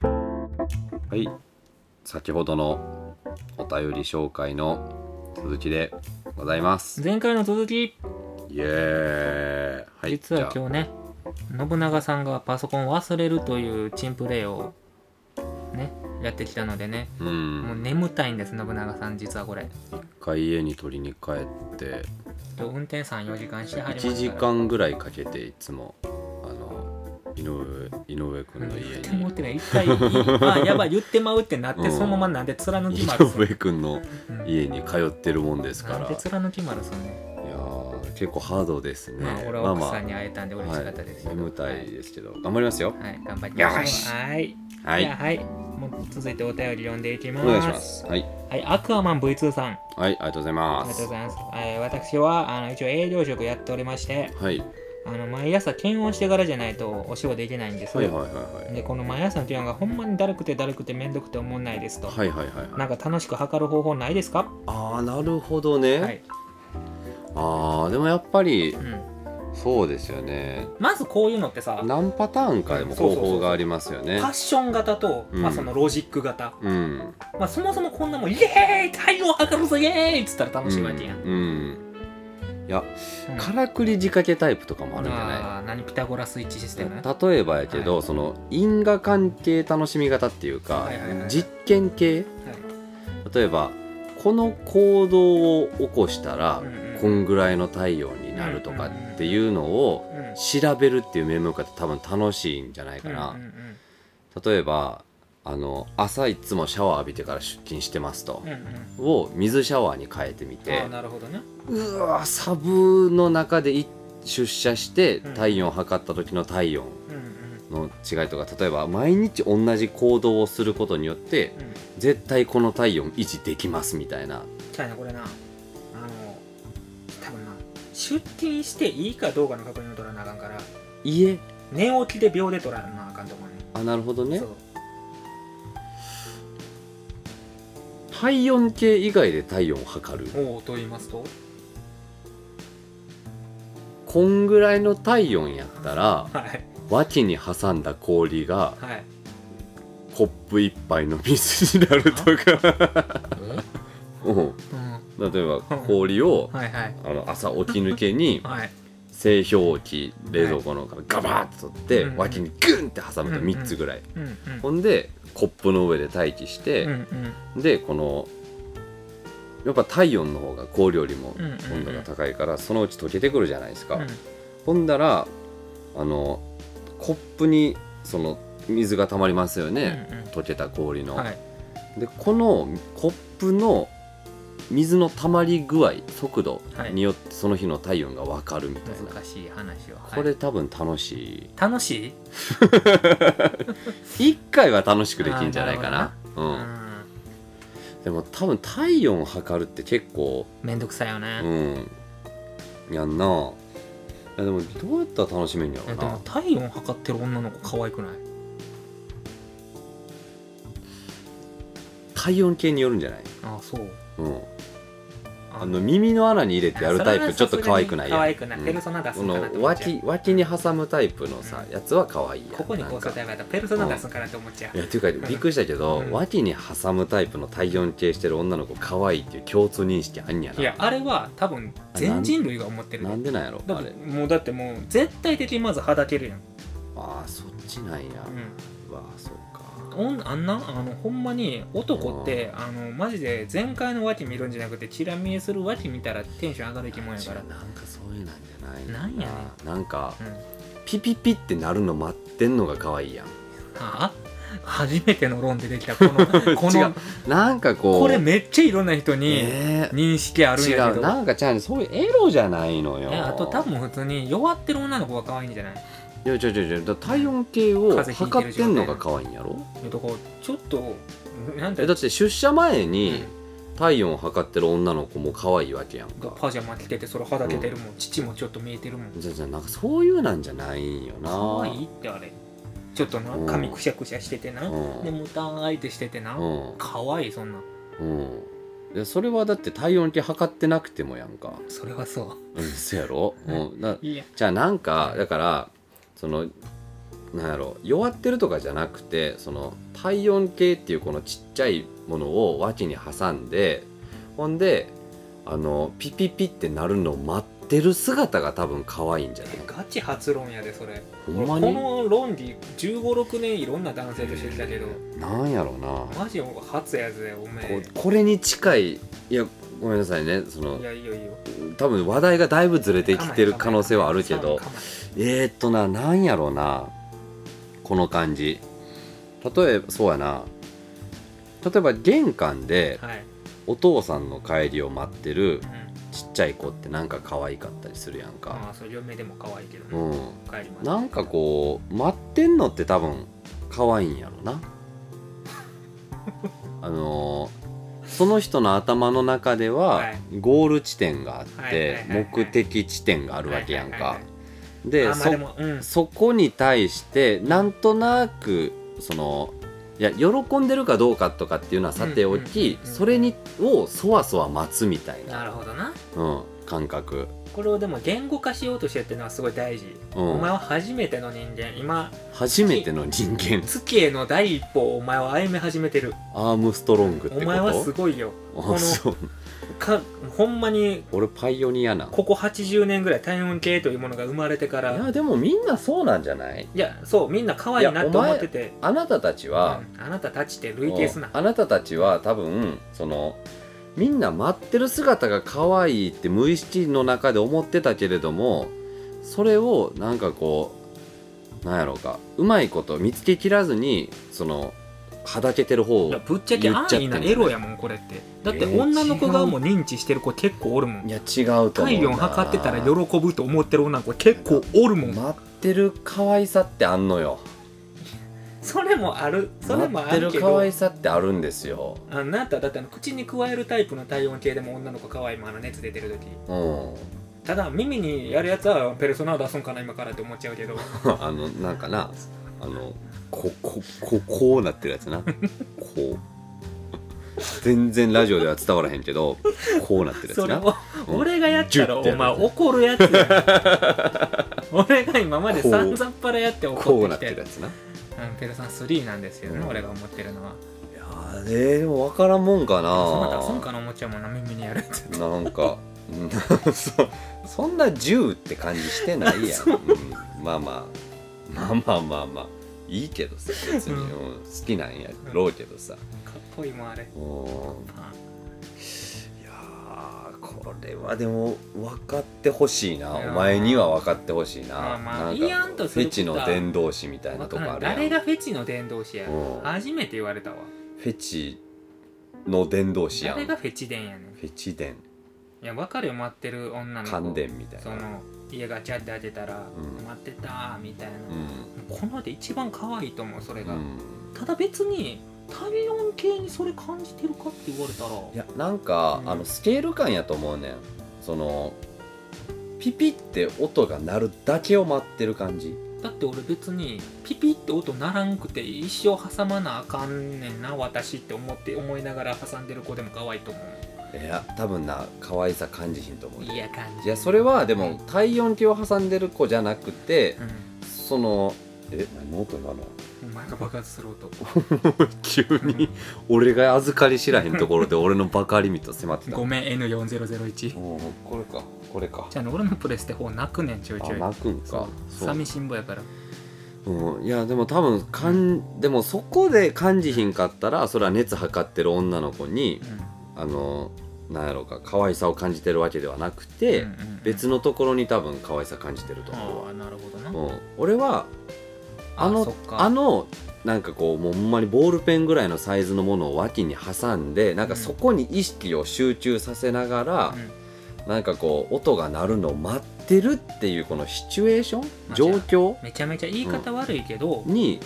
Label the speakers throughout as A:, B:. A: はい先ほどのお便り紹介の続きでございます
B: 前回の続き、
A: イエーイはい
B: 実は
A: じゃ
B: 今日ね信長さんがパソコンを忘れるというチンプレーをねやってきたのでね
A: あう
B: もうん眠たいんです信長さん実はこれ
A: 一回家に取りに帰って
B: 運転さん4時間してはりますから
A: 1時間ぐらいかけていつもあの井上井上くんの家
B: 一回持っ
A: に
B: てない一回まあやばい言ってまうってなって、
A: うん
B: そのままなんで貫き
A: 井
B: 丸すん
A: 上くんの
B: うん
A: 家に通ってるもんですから
B: なん
A: い
B: で
A: や
B: 貫き丸すんね
A: ー結構ハードですね
B: まあ俺は奥さんに会えたんで嬉しかったですけ
A: は
B: ど
A: い、眠たいですけど頑張りますよ
B: はい、はい頑張ってま
A: よし
B: しょうはい
A: は
B: じゃ
A: い
B: あはいもう続いてお便り読んでいきま
A: お
B: す
A: 願いしますはい
B: はいアクアマン V2 さん
A: はいありがとうござい
B: あ
A: ま
B: りがとう
A: す
B: ございます、えー私はあの一応営業職やっておりまして
A: はい
B: あの毎朝検温してからじゃないとお仕事できないんです、
A: はいはいはいはい
B: でこの毎朝の検温がほんまにだるくてだるくてめんどくて思んないですと、
A: はいはいはいは
B: ないんか楽しく測る方法ないですか
A: ああなるほどね、
B: はい、
A: ああでもやっぱり
B: うん、
A: そうですよね
B: まずこういうのってさ
A: 何パターンかでも方法がありますよね
B: パッション型と、
A: うん
B: まあ、そのロジック型、
A: うん
B: まあ、そもそもこんなもん「イエーイ太陽測るぞイエーイ!」っつったら楽しいわけや
A: う
B: ん、
A: ん、うんいや
B: うん
A: からくり仕掛けタイプとかもあるんじゃない
B: あー何ピタゴラスイッチシステム
A: 例えばやけど、
B: は
A: その因果関係楽しみ方っていうか、
B: はいはいはい
A: 実験系
B: はい
A: 例えばこの行動を起こしたら、
B: うんうん
A: こんぐらいの太陽になるとかっていうのを
B: うん
A: 調べるっていうメモ方多分楽しいんじゃないかな、
B: うんうん
A: 例えばあの朝いつもシャワー浴びてから出勤してますと
B: うん、うんうん
A: を水シャワーに変えてみ
B: あ
A: て
B: ーなるほどね
A: うわサブの中でい出社して
B: うん
A: 体温を測った時の体温
B: うんうん
A: の違いとか例えば毎日同じ行動をすることによって
B: うん
A: 絶対この体温維持できますみたいな
B: じゃあなこれなあの多分な出勤していいかどうかの確認を取らなあかんから
A: 家
B: 寝起きで秒で取らなあかんと思うね
A: あなるほどね
B: そう
A: 体温計以外で体温を測る
B: おおと言いますと
A: こんぐらいの体温やったら
B: はい
A: 脇に挟んだ氷が
B: はい
A: コップ一杯の水になるとか、うん、
B: うん
A: 例えば氷を
B: はいはい
A: あの朝起き抜けに
B: はい
A: 製氷機冷蔵庫のからガバッと取って、
B: うん
A: 脇にグンって挟むと3つぐらい、
B: うんうん
A: ほんでコップの上で待機し
B: うんう
A: て、
B: ん
A: でこのやっぱ体温の方が氷よりも
B: うんうんうん
A: 温度が高いから、そのうち溶けてくるじゃないですか、
B: うん
A: ほんだらあのコップにその水が溜まりますよね、溶けた氷
B: う
A: の、
B: んはい
A: でこのコップの水の溜まり具合速度によってその日の体温が分かるみたいな、
B: 難しい話は
A: これ多分楽し
B: 楽しい
A: い1回は楽しくできるんじゃないかな
B: う
A: うん
B: ん
A: でも多分体温測るって結構
B: めんどくさいよ
A: う
B: ね
A: んやんないやでもどうやったら楽しめんや
B: え
A: ろう
B: でも
A: な
B: 体温測ってる女の子可愛くない
A: 体温計によるんじゃない、
B: あそう
A: うん、あの耳の穴に入れてやるタイプちょっと可愛くないや
B: 可
A: ん
B: 愛くない
A: うん
B: ペルソナ出す
A: こ
B: んかなって
A: の
B: 思っちゃう
A: 脇脇に挟むタイプのさ
B: う
A: やつは可愛いやん
B: ここにこうす
A: な
B: る
A: んか
B: タイプだったらペルソナ出すんかなって思っちゃ
A: いうやっていうかびっくりしたけど、
B: うん
A: 脇に挟むタイプの体温計してる女の子可愛いっていう共通認識あんやない
B: やあれは多分全人類が思ってる
A: なんでなんやろ
B: だ
A: あ
B: って
A: れ
B: もうだってもう絶対的にまずはだけるやん
A: ああそっちなんや、
B: う
A: わあそうか
B: んおあんなあのほんまに男ってあのマジで全開の脇見るんじゃなくてチラ見えする脇見たらテンション上がる生き物やから
A: 違うなんかそういうなんじゃない
B: なんやね
A: んなんか
B: うん
A: ピピピってなるの待ってんのが可愛いやん
B: はあ初めての論でできたこ のこ
A: 違う
B: の
A: なんかこう
B: これめっちゃいろんな人に
A: ねえ
B: 認識あるん
A: 違
B: やけ
A: う
B: ど
A: なんかちゃんそういうエロじゃないのよ
B: えあと多分普通に弱ってる女の子が可愛いんじゃない
A: いやちょちょちょだから体温計を
B: 風邪ひいて
A: 測
B: る
A: ってんのが可愛いんやろ
B: えだからちょっとなんて
A: えだって出社前に体温を測ってる女の子も可愛いわけやん
B: が
A: か
B: パジャマ着ててそれはだけてるもん、父もちょっと見えてるもん
A: じゃじゃなんかそういうなんじゃないんよな
B: 可愛いってあれちょっとな
A: うん
B: 髪くしゃくしゃしててな、
A: うん
B: でもたん相手しててな、
A: うん
B: 可愛いそんなん
A: うんいやそれはだって体温計測ってなくてもやんか
B: それはそ
A: うんそや ろ、うん、だ
B: ういいや
A: じゃあなんかだからそのなんやろ弱ってるとかじゃなくてその体温計っていうこのちっちゃいものを脇に挟んでほんであのピピピってなるのを待ってる姿が多分可愛いんじゃない
B: ガチ発論やでそれ
A: ほんま
B: こ
A: に
B: の論理1 5六6年いろんな男性としてきたけど
A: なんやろうな
B: マジ初やぜお
A: こ
B: 前
A: これに近いいやごめんなさいねその
B: いやいいよいいよ
A: 多分話題がだいぶずれてきてる可能性はあるけど
B: 構え構
A: えー、っとななんやろうなこの感じ例えばそうやな例えば玄関
B: え
A: で
B: 構えはい、
A: お父さんの帰りを待ってる
B: うん、
A: ちっちゃい子ってなんか可愛かったりするやんか
B: まあそれ嫁でも可愛いけど
A: う
B: ね、
A: ん
B: 帰ります
A: なんかこう待ってんのって多分可愛いんやろ なあのーその人の頭の中では
B: はい
A: ゴール地点があっ
B: はいはい
A: て
B: はいはい
A: 目的地点があるわけやん
B: はいはい
A: か
B: はい
A: で
B: あまあ
A: そ
B: でもうん
A: そこに対してなんとなくそのいや喜んでるかどうかとかっていうのはさておき、
B: うんうんうんうん
A: それにをそわそわ待つみたい
B: な
A: な
B: るほどな
A: うん、感覚、
B: これをでも言語化しようとしてるっていうのはすごい大事、
A: う
B: お前
A: ん、
B: は初めての人間今
A: 初めての人間
B: 月への第一歩をお前は歩み始めてる
A: アームストロングってこ
B: お
A: と
B: 前はすごいよこの
A: あそう
B: かほんまに
A: 俺パイオニアなん
B: ここ80年ぐらい体温計というものが生まれてか
A: い
B: ら
A: やでもみんなそうなんじゃない
B: いやそうみんな可愛いなって思ってて
A: あなたたち
B: あ
A: は、
B: あなたたちって類型すな
A: あなたたちは多分そのみんな待ってる姿が可愛いって無意識の中で思ってたけれどもそれをなんかこうなんやろうかうまいこと見つけきらずにそのはだけてる方を
B: いやぶっちゃけ
A: 言っちゃっ
B: 安
A: て
B: 易
A: ん
B: な
A: のね
B: エロやもんこれってだっ
A: え
B: て
A: ー
B: 女の子側も認知してる子結構おるもん
A: いや違うと思うな
B: 体温測ってたら喜ぶと思ってる女の子結構おるもん
A: 待ってる可愛さってあんのよ
B: それもあるそれもあ
A: 待
B: る
A: って
B: け
A: る可
B: ど
A: 愛さってあるんですよ
B: あなただってあの口に加えるタイプの体温計でも女の子可愛いもんあの熱出てる時
A: うん
B: ただ耳にやるやつはペルソナを出すんかな今からって思っちゃうけ ど
A: あのなんかなあのここここうなってるや つなこう全然ラジオでは伝わらへんけどこうなってるや
B: そ
A: つ
B: れ
A: な
B: を俺がやったら
A: うん
B: お
A: ジュッてや
B: 前
A: る
B: 怒るやつや 俺が今まで
A: こう
B: 散々っぱらやって
A: こ
B: 怒
A: う
B: っ
A: な
B: て
A: って
B: きて
A: るやつな
B: うん、ペルソナ3なんですよね、
A: うん
B: 俺が思ってるのは
A: やーでも分からんもんか
B: そんな出すん
A: な
B: かな思っちゃうもんな耳にやるやつ
A: なんかうん そそんな銃って感じしてない やん、うんまあまあまあまあまあまあいいけどさ別に、
B: う
A: うん、好きなんやろうけどさ、
B: かっこいいもんあれ
A: うん
B: パ
A: いやーこれはでも分かってほしいない
B: やー
A: お前には分かってほしいな,、
B: まあまあ
A: なんか
B: いやんとす
A: フ
B: る
A: ェチの伝道師みたい
B: ン
A: な
B: わ
A: と
B: か
A: こ
B: ら
A: あ
B: ん
A: るやん
B: 誰がフェチの伝道師や
A: うん
B: 初めて言われたわ
A: フェチの伝道師やん
B: 誰
A: フ
B: がフェチ伝やねん
A: ェチ伝
B: いや分かるよ待ってる女の子
A: 感電みたい
B: そ
A: な
B: の家がチャッて開けたら、
A: うん
B: 待ってたーみたいな、
A: うん
B: この世で一番可愛いと思うそれ
A: う
B: が、
A: ん
B: ただ別に体温計にそれ感じてるかって言われたら
A: いやなんか、
B: うん
A: あのスケール感やと思うねんそのピピって音が鳴るだけを待ってる感じ
B: だって俺別にピピって音ならんくて一生挟まなあかんねんな私って思って思いながら挟んでる子でも可愛いと思
A: いや多分な可愛さ感じひんと思
B: う
A: う
B: い
A: い
B: や感じ
A: やそれはでも体温計を挟んでる子じゃなくて、
B: うん
A: そのえ何の音なの
B: お前が爆発する音
A: 急に俺が預かり知らへんところで俺のバカリミット迫ってた
B: ごめん N4001
A: おーこれかこれか
B: じゃあ俺のプレステ4泣くねんちょいち
A: あ
B: ょい
A: 泣くんか
B: そう
A: そう
B: 寂しんぼやから
A: うん、いやでも多分かんでもそこで感じひんかったらそれは熱測ってる女の子に
B: う
A: あのなんやろうか可愛さを感じてるわけではなくて、
B: んうんうんうん
A: 別のところに多分可愛さ感じてると思う
B: ああなるほどな
A: わ、うん、俺はあの
B: そっか
A: あのなんかこうもうほんまにボールペンぐらいのサイズのものを脇に挟んでなんかそこに意識を集中させながら
B: う、ん
A: なんかこう音が鳴るのを待ってるっていうこのシチュエーション
B: あじゃ
A: 状
B: あ
A: 況
B: めちゃめちゃ言い方悪いけど、
A: に、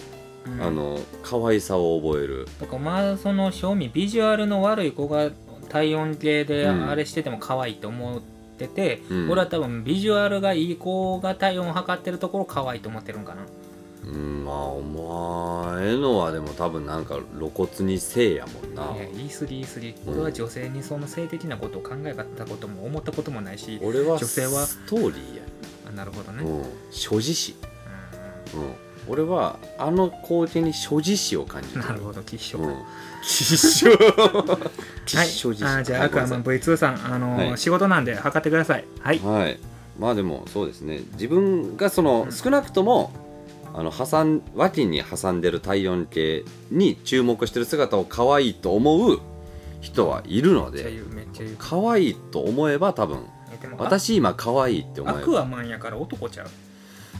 B: うん
A: あの可愛さを覚える
B: だからまあその賞味ビジュアルの悪い子が体温計で
A: うん
B: あれしてても可愛いと思ってて、
A: うん
B: 俺は多分ビジュアルがいい子が体温を測ってるところ可愛いと思ってるんかな
A: うんまあお前のはでも多分なんか露骨に性やもんない
B: や言い過ぎ言い過ぎ俺は女性にその性的なことを考えたことも思ったこともないし
A: 俺は
B: 女性は
A: ストーリーや、
B: あなるほどね、うん
A: うん、所持詞、うん、俺はあの光景に所持詞を感じて
B: なるほど吉祥、
A: うん、吉祥
B: は
A: 吉
B: い、
A: 祥寺市
B: あーじゃあ、アクアマン V2 さん、あのー
A: はい
B: 仕事なんで測ってください。はい。
A: はい、まあでもそうですね自分がその少なくともあの挟ん脇に挟んでる体温計に注目してる姿を可愛いと思う人はいるの
B: めっちゃ
A: で
B: 言う、めっちゃ言う。
A: 可愛いと思えば多分
B: えでも、
A: 私今可愛いって思
B: ア
A: え
B: ク
A: ば
B: アマンやから男ちゃう。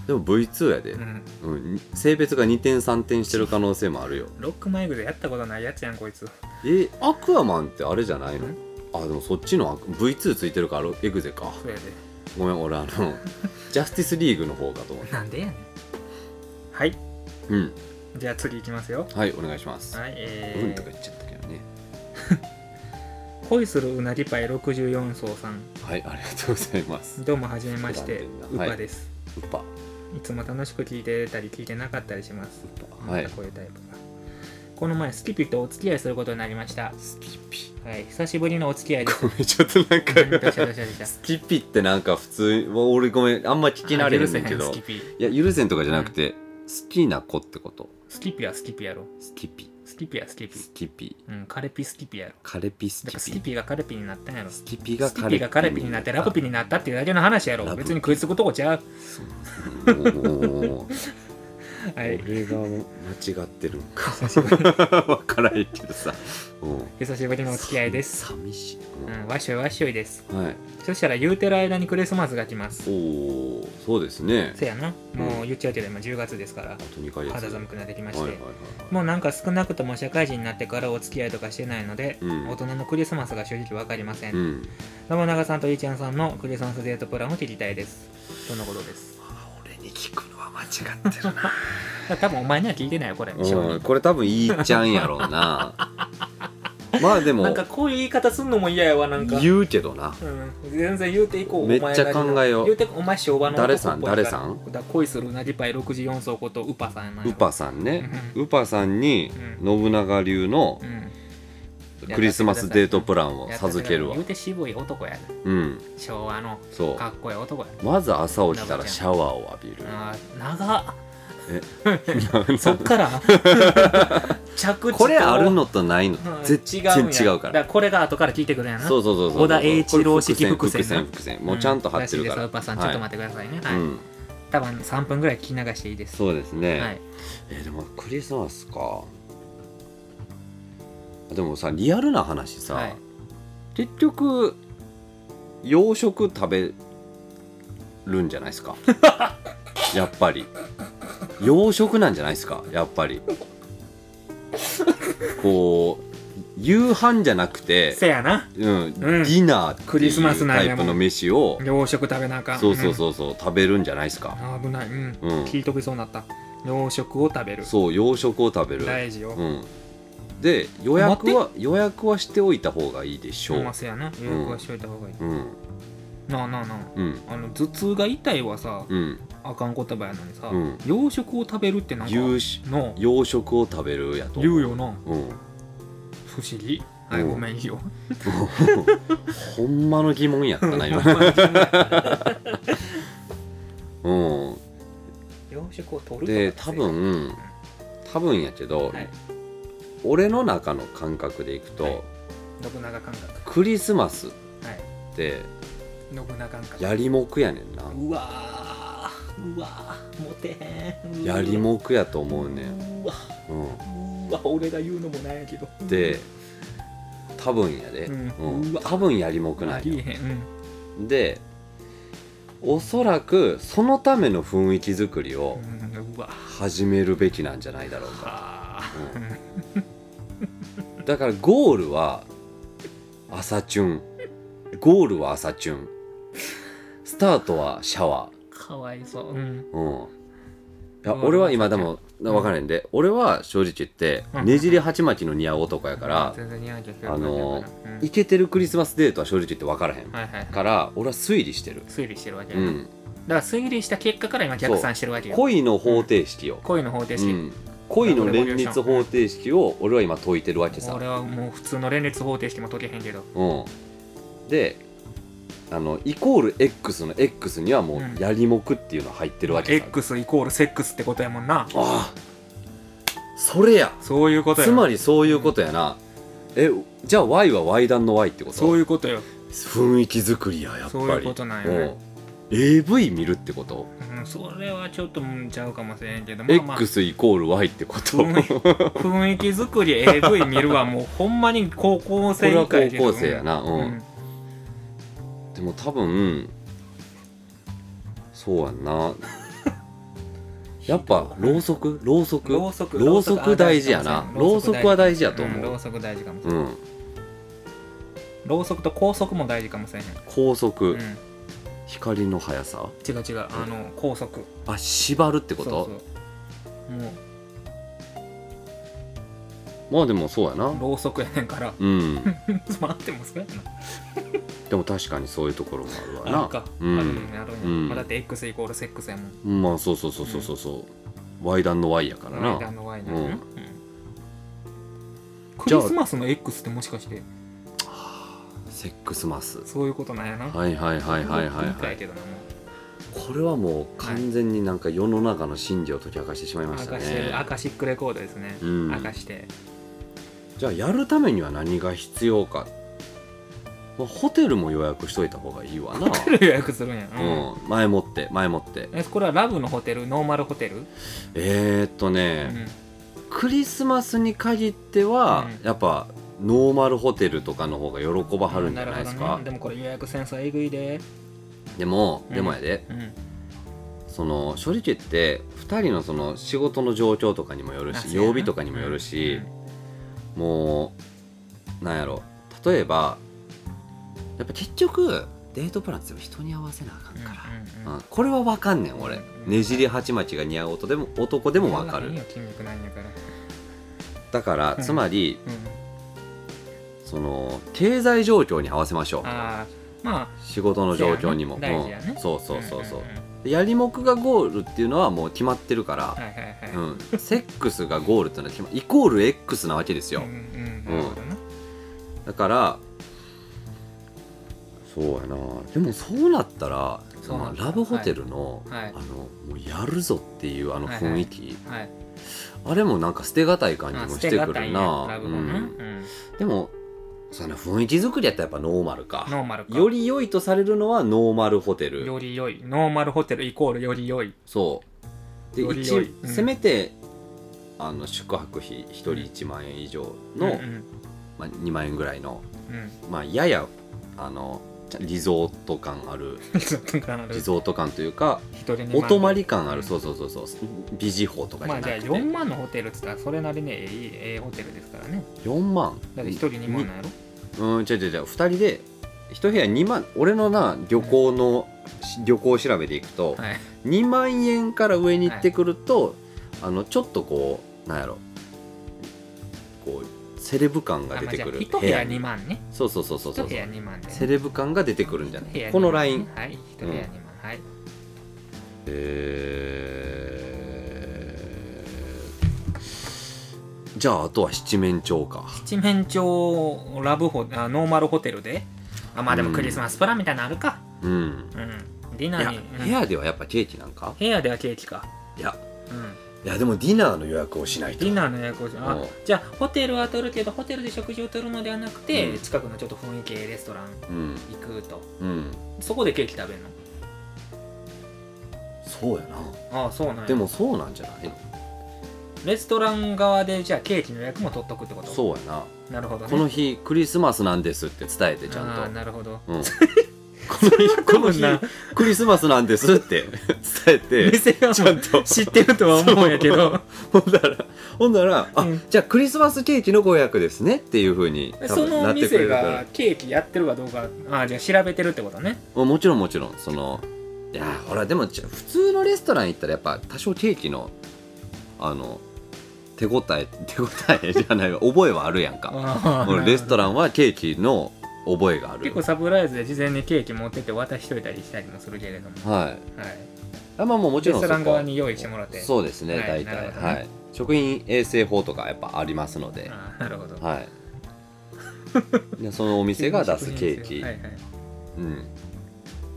A: でも V2 やで
B: う、ん。
A: うん、性別が2点3点してる可能性もあるよ
B: ロックマイクでやったことないやつやん、こいつ。
A: えアクアマンってあれじゃないの
B: ん
A: あでもそっちのアク V2 ついてるからエグゼか
B: そうやで。
A: ごめん俺あ のジャスティスリーグの方かと思った
B: なんでやねん。はい。
A: うん
B: じゃあ次いきますよ。
A: はいお願いします
B: はい、え
A: うんとか
B: ー
A: 言っちゃったけどね。
B: 恋するうなぎパイ64層さん。
A: はい、ありがとうございます。
B: どうもはじめまして、
A: 普段で
B: ウ
A: なはい
B: パです、
A: ウッパ。ウ
B: い。つも楽しく聞いてたり聞いてなかったりします。
A: ッパ。
B: ま
A: はい。
B: たこういうタイプが。この前、スキピとお付き合いすることになりました。
A: スキッピ。
B: はい、久しぶりのお付き合い です。
A: ごめん、ちょっとなん
B: うんどうしたど
A: か。
B: うしたどうした
A: スキッピってなんか普通、もう俺ごめん、あんま聞き慣れるんだけ
B: あ
A: ど
B: 許せへ。んスキピ
A: いや、許せんとかじゃなくて、好きな子ってこと。
B: スキピはスキピやろ
A: スキピ。
B: スキピはスキピ
A: スキピ。
B: うんカレピスキピやろ
A: カレピス
B: だからス
A: キ
B: キ
A: ピ。
B: ピがカレピになったんやろス
A: スキピが
B: キピがカレピになってラブピになったっていうだけの話や
A: ラ
B: ろ
A: ブ
B: 別に食いつくとこちゃう
A: おー
B: はい
A: 俺が間違ってるんか。 わからへんけどさ。うん
B: 久しぶりのお付き合いです
A: 寂しい。
B: う
A: うん
B: んわっしょいわっしょいです
A: はい。
B: そしたら言うてる間にクリスマスが来ま
A: お
B: す
A: おー、そうですね。
B: せやなも
A: う
B: うん言っちゃうけど今10月ですから
A: あと2ヶ月。
B: 肌寒くなってきまし
A: はい
B: て
A: はいはいはい
B: もうなんか少なくとも社会人になってからお付き合いとかしてないので
A: うん
B: 大人のクリスマスが正直わかりません
A: うん、
B: 信長さんといーちゃんさんのクリスマスデートプランを聞きたいですとのことです
A: 俺に聞くのは間違ってるな
B: 多分お前には聞いてないよこれ 正直
A: うんこれ多分いいちゃんやろう なまあでも
B: なんかこういう言い方すんのも嫌やわなんか
A: 言うけどな
B: うん、全然言うていこう
A: めっちゃ考えよう
B: お前が言うてお前昭和の男っぽいから
A: 誰さん誰さん
B: だから恋するうなじパイ64層ことウパさんやな
A: ウパさんね
B: う
A: ウパさんに
B: う
A: 信長流の
B: うん
A: クリスマスデートプランを授けるわ
B: 言うて渋い男やな
A: うん
B: 昭和の
A: そ
B: かっこいい男や
A: うまず朝起きたらシャワーを浴びる
B: あー長っ そっ
A: え
B: から 着地と
A: これあるのとないの
B: うん
A: 絶
B: 違うん
A: 然
B: や
A: 違うから
B: だこれが後から聞いてくるんやな
A: そうそうそうそう
B: 小田栄一郎式
A: これ
B: 伏線な
A: 伏線伏線もうちゃんと貼ってるから
B: らしいですウパさんちょっと
A: はい
B: 待ってくださいねはい、
A: うん
B: 多分3分ぐらい聞き流していいです
A: そうですね、
B: はい
A: えーでもクリスマスかでもさリアルな話さ、
B: はい
A: 結局洋食食べるんじゃないです かやっぱり洋食なんじゃないですかやっぱりこう夕飯じゃなくて、
B: せやな
A: うん
B: ん
A: ディナーって
B: クリスマス
A: いう
B: な
A: タ
B: んや
A: イ
B: も
A: プ
B: ん
A: の飯を
B: 洋食食べなあかん
A: そうそうそうそう食べるんじゃないですか、
B: うん危ないうん、
A: うん
B: 聞いとけそうになった洋食を食べる
A: そう洋食を食べる
B: 大事よ、
A: うん、で予約は予約はしておいた方がいいでしょ
B: う
A: う
B: ま。せやな予約はしといた方がいい、
A: うん
B: なあなあなあ
A: うん
B: あの頭痛が痛いはさ、
A: うん
B: あかん言葉やのにさ、
A: うん
B: 洋食を食べるってなんか
A: 夕食
B: の
A: 洋食を食べるやと。
B: 言うよな
A: うん、
B: 不思議はい
A: うん
B: ごめんいいよ
A: ほんまの疑問やったな今。うん、
B: 洋食を取る
A: で多分多分やけど、
B: はい
A: 俺の中の感覚でいくと、
B: はい信長感覚は
A: クリスマスっ
B: い
A: て
B: 信長感覚
A: やりもくやねんな。
B: うわーうわーモテへん
A: やりもくやと思うねん。
B: うわ
A: う
B: うわ俺が言うのもなんやけど
A: ん、で多分やで、
B: うん
A: うん
B: うわ
A: 多分やりもくないよ
B: いいへんうん
A: でおそらくそのための雰囲気作りを
B: うんうわ
A: 始めるべきなんじゃないだろうか、
B: は
A: うんだからゴールは朝チュンゴールは朝チュンスタートはシャワ
B: あかわいそううん
A: ー、うん、いや
B: ゴールは
A: 俺は今でも
B: ん
A: 分からへんで俺は正直言って
B: うん
A: ねじり鉢巻きの似合う男やから
B: 全然似合うけど
A: あの
B: うん
A: イケてるクリスマスデートは正直言って分からへん
B: はいはいはい
A: から俺は推理してる
B: 推理してるわけや
A: う
B: なんから推理した結果から今逆算してるわけよ
A: 恋の方程式よ、
B: 恋の方程
A: う
B: 式、
A: ん、恋の連立方程式を俺は今解いてるわけさ
B: 俺はもう普通の連立方程式も解けへんけど
A: うん、であのイコール X の X にはも
B: う
A: う
B: ん
A: やりもくっていうの入ってるわけさ、
B: X イコールセックスってことやもん
A: あ
B: な
A: あそれや
B: そういうことや
A: つまりそういうことやな、えじゃあ Y は Y 段の Y ってこと
B: そういうことよ
A: 雰囲気作りややっぱり
B: そういうことなんやね
A: うん AV 見るってこと、
B: うん、それはちょっとうんちゃうかもしれんけど、
A: X イコール Y ってこと、
B: うん雰囲気作り AV 見るはもうほんまに高
A: これ
B: 校生
A: は
B: 以下やけど
A: 高校生やな、う
B: うんん、
A: でも多分そうやん なやっぱろうそくろうそく
B: ろうそく
A: ろうそく大事やなろうそくは大事やと
B: んろ
A: 思う
B: うそく大事かもしれん
A: うん
B: ろうそくと高速も大事かもしれへん、
A: 高速
B: うん
A: 光の速さ
B: 違う違うあの高速
A: あ縛るってこ
B: そ
A: と
B: うそうも
A: まあでもそうやな
B: うろうそくやねんから
A: うん
B: まあってもそうやな
A: でも確かにそういうところもあるわ
B: ある
A: な
B: か、
A: うん
B: あるんやあるんや、
A: うん
B: まあ、だって X イコールセックスやもん
A: まあそうそうそうそうそうそう、Y 段の Y やからな
B: 間の Y なの、
A: うん
B: うんク
A: じゃあ
B: リスマスの X ってもしかして
A: セックスマス
B: そういうことなんやな
A: はいはいはいはいはい
B: 理
A: は
B: 解や
A: い
B: けどなも
A: これはもう完全になんか世の中の真理を解き明かしてしまいま
B: う
A: した
B: 明かしてる
A: ね
B: アカシックレコードですね、
A: うん
B: 明かして
A: じゃあやるためには何が必要か、まあ、ホテルも予約しといた方がいいわな
B: ホテ ル予約するんや、うん
A: うん、前もって前もって
B: えこれはラブのホテルノーマルホテル、
A: えー、っと
B: う
A: ね、
B: ん
A: クリスマスに限っては、
B: うん
A: やっぱノーマルホテルとかの方が喜ばはるんじゃないです
B: るほ
A: か、
B: どねでもこれ予約センサーえぐいで、
A: でも
B: うん
A: でもやで、
B: うん、
A: その正直言って2人のその仕事の状況とかにもよる
B: あそう
A: し
B: やな
A: 曜日とかにもよるし
B: うん、
A: もうなんやろ例えばやっぱ結局デートプランって人に合わせなあかんから、
B: うんうん
A: うんこれは分かんねん俺
B: うん
A: ねじり鉢巻きが似合う男でも男でも分か
B: いいよ
A: る
B: 筋肉なんやから、
A: だから
B: うん
A: つまり
B: うん、
A: その経済状況に合わせましょう
B: ああまあ
A: 仕事の状況にも、
B: そうやね大事やね
A: うんそうそうそうそう
B: うんうんうん
A: でやりもくがゴールっていうのはもう決まってるから、
B: はいはいはい、
A: うん、セックスがゴールっていうのは決まイコール X なわけですよ、
B: うんうんなるほどな
A: だからそうやなでもそうなったら
B: そうなん
A: まあ
B: だ
A: ラブホテルの、
B: はいはい
A: あのもうやるぞっていうあの雰囲気、
B: はい
A: あれもなんか捨てがたい感じ
B: あ
A: も
B: 捨
A: して
B: てが
A: く
B: たい
A: る
B: ね
A: な、
B: ラ
A: う、
B: ブはなうんん
A: でもその雰囲気作りやったらやっぱノーマルか
B: ノーマルか
A: より良いとされるのはノーマルホテル
B: より良いノーマルホテルイコールより良い
A: そうで
B: より
A: 一
B: 良いうん
A: せめてあの宿泊費1人1万円以上の、
B: うんうん
A: まあ、2万円ぐらいの、
B: うん
A: まあ、ややあのリゾート感ある
B: ちょっとわからんけど
A: リゾート感というか
B: 一人に
A: お泊まり感あ
B: う
A: る
B: ん
A: そうそうそうそう美人法とかじ
B: ま
A: ゃ
B: あ
A: な
B: じゃあ
A: くて
B: 4万のホテルっつったらそれなりにええええホテルですからね
A: 4万
B: だって一人2万なんやろ
A: うん違う違う違う2人で1部屋2万俺のな旅行の、し旅行を調べていくと、
B: はい
A: 2万円から上に行ってくると、あのちょっとこうなんやろこうセレブ感が出てくる
B: 1部屋2万ね
A: そうそうそうそうそ
B: 1
A: う
B: 部屋2万で
A: セレブ感が出てくるんじゃない、
B: 部屋二万ね
A: このライン
B: はい1部屋2万はい
A: えーじゃああとは七面鳥か
B: 七面鳥ラブホあノーマルホテルであまあでもクリスマスプランみたいなのあるか
A: うん
B: うんディ
A: い
B: ナー
A: や
B: にうん
A: 部屋ではやっぱケーキなんか
B: 部屋ではケーキか
A: いや
B: うん
A: いやでもディナーの予約をしないと
B: ディナーの予約をしあ
A: うん
B: じゃあホテルは取るけどホテルで食事を取るのではなくて、
A: うん
B: 近くのちょっと雰囲気レストラ
A: う
B: ン
A: ん
B: 行くと
A: うん
B: そこでケーキ食べるの
A: そうやな、
B: ああそうなんや
A: でもそうなんじゃないの
B: レストラン側でじゃあケーキの予約も取っとくってこと
A: そうやな
B: うなるほどね
A: この日クリスマスなんですって伝えてちゃ
B: ああ
A: ん
B: なるほど
A: と、うん、この日この
B: 多分な
A: 日クリスマスなんですって伝えて
B: 店側
A: ちゃ
B: も
A: んと
B: 知ってるとは思うんやけど
A: ほんならほんならあ、
B: うん
A: じゃあクリスマスケーキのご予約ですねっていうふうに多
B: そ
A: 分な
B: の
A: ってくれ
B: 店
A: るから
B: がケーキやってるかどうかああじゃあ調べてるってことね
A: もうもちろんもちろんそのいやーほらでもち普通のレストラン行ったらやっぱ多少ケーキのあの手応え手応えじゃないわ覚えはあるやんか
B: ああ
A: 俺レスト
B: ン
A: ランはケーキの覚えがある
B: 結構サプライズで事前にケーキ持ってって渡しといたりしたりもするけれども、
A: はい
B: はい、
A: あまあもうもちろん
B: レストラン
A: そこは
B: 側に用意してもらって
A: そうですね、
B: は
A: 大
B: い
A: 体、
B: なるほどね
A: はい食品衛生法とかやっぱありますので、
B: あーなるほど
A: はい でそのお店が出すケーキ、
B: はいはい
A: うん、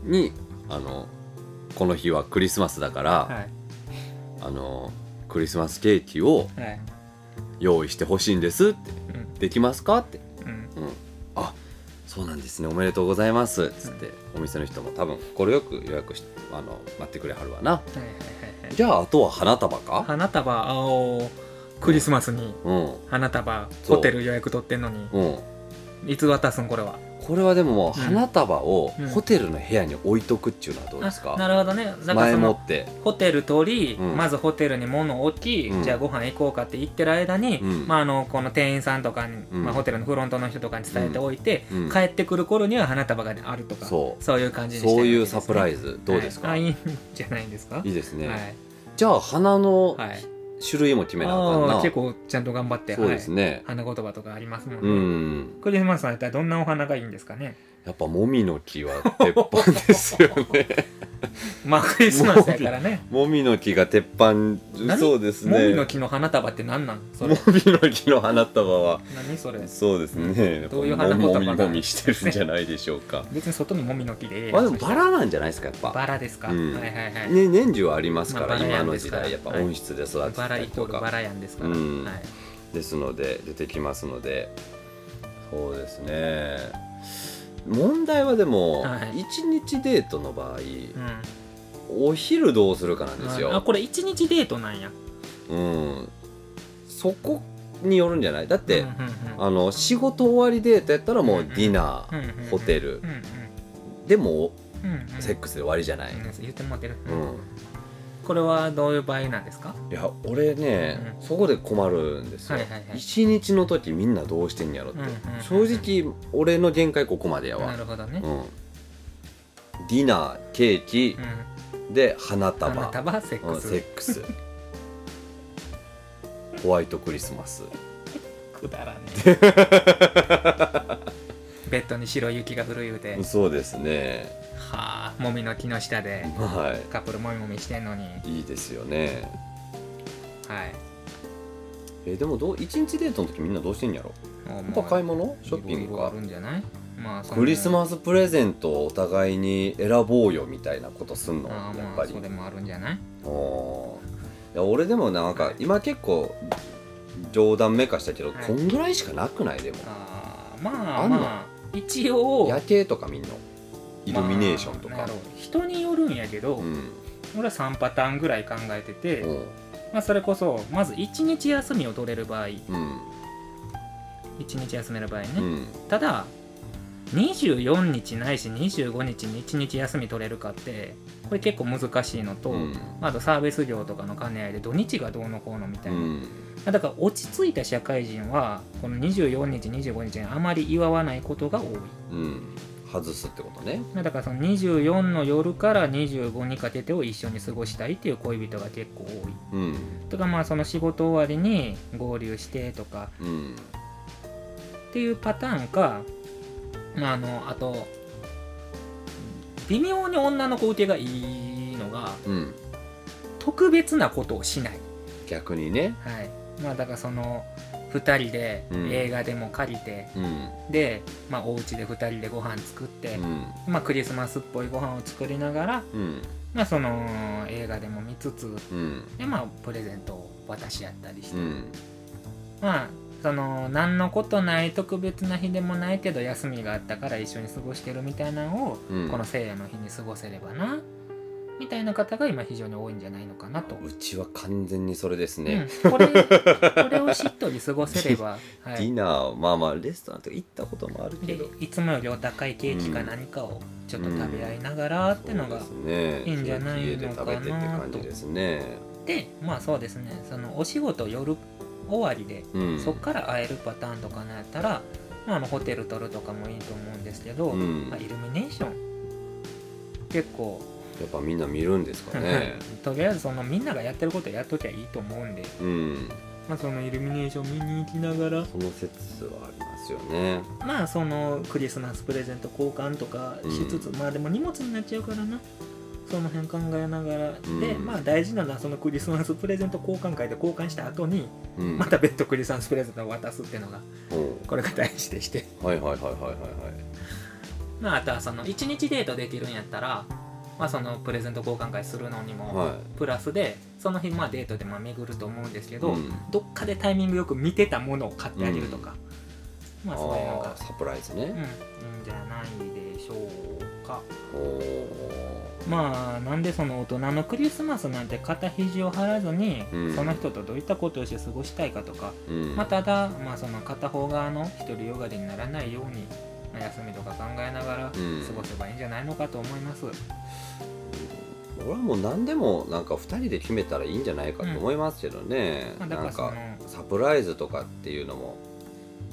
A: にあのこの日はクリスマスだから、
B: は
A: あのクリスマスケーキを
B: いはい
A: 用意してほしいんですって
B: うん
A: できますかって
B: うん
A: あそうなんですねおめでとうございますつって、お店の人も多分快く予約しあの待ってくれはるわな
B: はいはいはいはい
A: じゃああとは花束か、
B: 花束青クリスマスに
A: うん
B: 花束
A: そう
B: ホテル予約取ってんのに
A: うん
B: いつ渡すんこれは
A: これはでももう
B: うん
A: 花束を
B: うん
A: ホテルの部屋に置いとくっていうのはどうです
B: あ
A: か、
B: なるほどねだから
A: 前
B: そ
A: も
B: の
A: って
B: ホテル取り、
A: うん
B: まずホテルに物を置き、
A: うん
B: じゃあご飯行こうかって言ってる間に、
A: うん
B: まあ、あのこの店員さんとかに、
A: うん
B: まあ、ホテルのフロントの人とかに伝えておいて、
A: うん
B: 帰ってくる頃には花束があるとか
A: そう
B: いう感じにして
A: そういうサプラ
B: イ
A: イズどうですか、
B: はい、あ
A: い、
B: い
A: い
B: いんじゃないんですか
A: ですね、
B: はい
A: じゃあ花の
B: はい、
A: 種類も決めなあかん
B: あ
A: な
B: あ結構ちゃんと頑張って、
A: そうですね、
B: はい、花言葉とかありますもんね、
A: うん
B: クリスマスさんやったらどんなお花がいいんですかね
A: やっぱもみの木は鉄板ですよね
B: まあクリスマスやからね
A: もみの木が鉄板
B: 何
A: そうですね
B: もみの木の花束って何なんそ
A: も
B: れ
A: みの木の花束は
B: 何それ
A: そうですねやっぱ
B: どういう花言葉
A: も
B: が
A: みもみしてるんじゃないでしょうか
B: 別に外にもみの木 でええやん
A: あでもバラなんじゃないですかやっぱ
B: バラですか、
A: うん
B: はいはいはい、
A: ね、年中ありますから、
B: まあバラ
A: 今
B: やん
A: の
B: です
A: 時
B: から
A: 代やっぱ温室で育て
B: バ
A: た
B: ラ
A: り
B: イコ
A: と
B: ール
A: か、
B: バラやんですから、
A: うん
B: はい、
A: ですので出てきますのでそうですね問題はでも、
B: はい
A: 一日デートの場合、
B: うん
A: お昼どうするかなんです
B: あ
A: よ、
B: これ一日デートなんや
A: うん、そこによるんじゃないだって、
B: うん
A: あの仕事終わりデートやったらもううんディナ
B: うん
A: ー、
B: うんうんうん
A: ホテル
B: うん
A: でも
B: うんうんうん
A: セックスで終わりじゃない、
B: うん言ってもうてる、
A: うん
B: これはどういう場合なんですか
A: いや俺ね、そこで困るんですよ、
B: はいはいはい
A: 一日の時みんなどうしてんやろって、
B: うんうんうんうん
A: 正直俺の限界ここまでやわ
B: なるほどね、
A: うん、ディナーケーキ
B: うん、
A: で花束
B: 花束セッ
A: う
B: ク
A: ん
B: ス、
A: セック スホワイトクリスマス
B: くだらねえ ベッドに白い雪が降る言うては
A: そうですね
B: あもみの木の下で
A: は
B: カップルもみもみしてんのに
A: いいいですよね
B: はい
A: えでもどう一日デートの時みんなどうしてんやろ
B: もう
A: やっぱ買い物ショッピ
B: い
A: ン
B: ろい
A: グ
B: ろあ
A: か
B: るんじゃないまあ
A: クリスマ
B: ス
A: スプレゼントをお互いに選ぼうよみたいなことすんのや
B: あ
A: っ
B: あま
A: ぱ
B: あ
A: り
B: それもあるんじゃない
A: おーいや俺でもなんか今結構冗談めかしたけど、
B: はい
A: こんぐらいしかなくないでも
B: あーま
A: あ
B: あ
A: んの
B: まあ一応
A: 夜景とか見んのイルミネーションと
B: ま
A: か
B: あなんやろう人によるんやけど、
A: うん
B: 俺は3パターンぐらい考えてて、
A: うん
B: まあ、それこそまず1日休みを取れる場合1
A: うん
B: 日休める場合ね、
A: うん
B: ただ24日ないし25日に1日休み取れるかってこれ結構難しいのと、
A: うん
B: まああとサービス業とかの兼ね合いで土日がどうのこうのみた
A: う
B: いな、
A: ん
B: まあだから落ち着いた社会人はこの24日25日にあまり祝わないことが多い
A: うん外すってことね
B: まあだからその24の夜から25にかけてを一緒に過ごしたいっていう恋人が結構多い
A: うん
B: とかまあその仕事終わりに合流してとか
A: うん
B: っていうパターンかまああのあと微妙に女の子受けがいいのが
A: うん
B: 特別なことをしない
A: 逆にね
B: はいまあだからその2人で
A: うん
B: 映画でも借りて、
A: うん
B: で、まあ、お家で2人でご飯作って
A: う、ん
B: まあ、クリスマスっぽいご飯を作りながら、
A: うん
B: まあ、その映画でも見つつ
A: うん
B: で、まあ、プレゼントを渡し合ったりして、
A: うん
B: まあその何のことない特別な日でもないけど休みがあったから一緒に過ごしてるみたいなのを、
A: うん
B: この聖夜の日に過ごせればなみたいな方が今非常に多いんじゃないのかなと。
A: うちは完全にそれですね、
B: うん、これこれをしっとり過ごせ れば、は
A: ディ
B: い、
A: ナーまあまあレストランとか行ったこともあるけ
B: で
A: ど
B: いつもよりお高いケーキか
A: うん
B: 何かをちょっと食べ合いながらってのが、
A: そうですね
B: いいんじゃない
A: 家で
B: のか
A: 食
B: なと
A: べてって感じですね
B: でまあそうですねそのお仕事夜終わりで、
A: うん
B: そっから会えるパターンとかなんやったら、まあ、あのホテル取るとかもいいと思うんですけど、
A: うん
B: まあ、イルミネーション結構、
A: やっぱみんな見るんですかね
B: とりあえずそのみんながやってることやっときゃいいと思うんで
A: うん
B: まあ、そのイルミネーション見に行きながら
A: その説はありますよね
B: まあそのクリスマスプレゼント交換とかしつつ、まあでも荷物になっちゃうからなその辺考えながら、
A: ん
B: でまあ大事なのはそのクリスマスプレゼント交換会で交換した後に
A: うん
B: また別途クリスマスプレゼントを渡すっていうのが
A: うん
B: これが大事でして
A: はいはいはいはいはいはい
B: まああとはその1日デートできるんやったらまあそのプレゼント交換会するのにも
A: はい
B: プラスでその日まあデートでまあ巡ると思うんですけど、
A: うん
B: どっかでタイミングよく見てたものを買ってあげるとか、まあそういうの
A: あ
B: が
A: ーサプライズ
B: うん、い
A: ね、
B: いんじゃないでしょうか
A: お
B: まあなんでその大人のクリスマスなんて肩肘を張らずに、
A: うん
B: その人とどういったことをして過ごしたいかとか、
A: ーうん
B: まあ、ただ、まあ、その片方側の一人よがりにならないように、まあ休みとか考えながら過
A: ん
B: ごせばいいんじゃないのかと思います、
A: 俺はもう何でもなんか2人で決めたらいいんじゃないかと思いますけどね、
B: まあ、だか
A: な
B: ら
A: ん
B: その
A: かサプライズとかっていうのも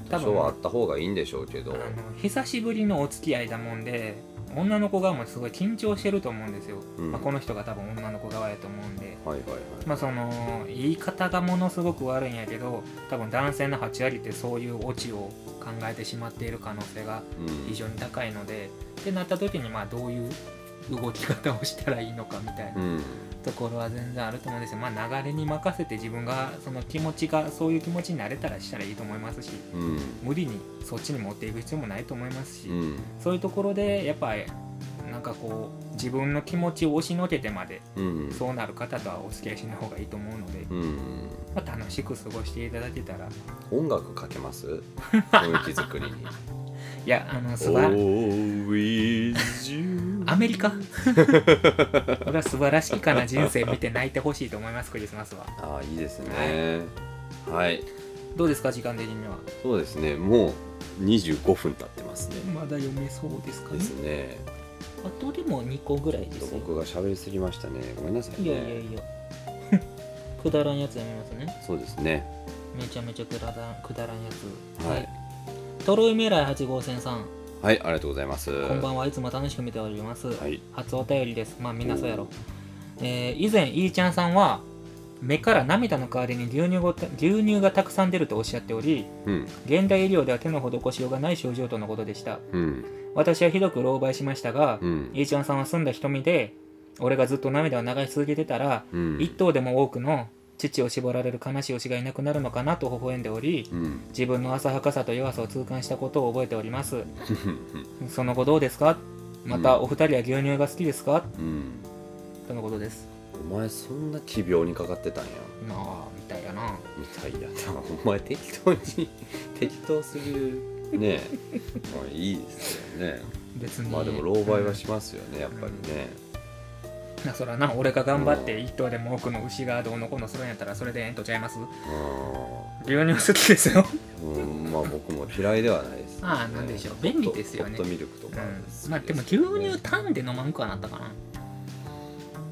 A: 多少はあった方がいいんでしょうけ
B: あ
A: ど、
B: の久しぶりのお付き合いだもんで女の子側もすごい緊張してると思うんですよ、
A: うん
B: まあ、この人が多分女の子側やと思うんで、
A: はいはいはい、
B: まあ、その言い方がものすごく悪いんやけど多分男性の8割ってそういうオチを考えてしまっている可能性が
A: うん
B: 非常に高いのでってなった時にまあどういう動き方をしたらいいのかみたいな
A: うん
B: ところは全然あると思うんですよ、まあ、流れに任せて自分がその気持ちがそういう気持ちになれたらしたらいいと思いますし
A: うん
B: 無理にそっちに持っていく必要もないと思いますし、
A: うん
B: そういうところでやっぱりなんかこう自分の気持ちを押しのけてまで
A: うん
B: そうなる方とはお付き合いしない方がいいと思うので。
A: うん
B: まあ、楽しく過ごしていただけたら
A: 音楽かけます雰囲気作りに
B: いやあの素晴ら
A: Always you
B: アメ リカ俺は素晴らしいかな人生見て泣いてほしいと思いますクリスマスは
A: ああいいですねはい
B: どうですか時間的には
A: そうですねもう25分経ってますね
B: まだ読めそうですか
A: で
B: ね
A: すね
B: あとでも2個ぐらいで
A: ちょっ
B: す
A: と
B: よ
A: 僕が喋りすぎましたねごめんなさい
B: い
A: ね
B: やいやいや くだらんやつ読みますね
A: そうですね
B: めちゃめちゃくだらんくだらんやつ
A: はい
B: トロイメライ8号線さん
A: はいありがとうございます
B: こんばんはいつも楽しく見ております、
A: はい
B: 初お便りですまあみんなそうやろ、えー以前いーちゃんさんは目から涙の代わりに牛乳ごた牛乳がたくさん出るとおっしゃっており
A: うん
B: 現代医療では手の施しようがない症状とのことでした
A: うん
B: 私はひどく狼狽しましたが、
A: うん
B: いーちゃんさんは澄んだ瞳で俺がずっと涙を流し続けてたら、
A: うん
B: 一頭でも多くの乳を絞られる悲しい推しがいなくなるのかなと微笑んでおり
A: うん
B: 自分の浅はかさと弱さを痛感したことを覚えてお りますその後どうですかまたお二人は牛乳が好きですか、
A: うん
B: とのことです
A: お前そんな奇病にかかってたんや
B: なあみたいやな
A: みたいやなお前適当に 適当すぎるねまあいいですよね
B: 別に
A: まあでも狼狽はしますよねやっぱりね
B: うんなそらな俺が頑張って一頭でも多くの牛がどうのこうのするんやったらそれでええんとちゃいます牛乳好きですよ
A: うんうんまあ僕も嫌いではないですけどね
B: ああなんでしょう便利ですよね
A: ホットミルクと
B: う
A: か好きす
B: ん
A: ね
B: まあでも牛乳単で飲まんくはなったかな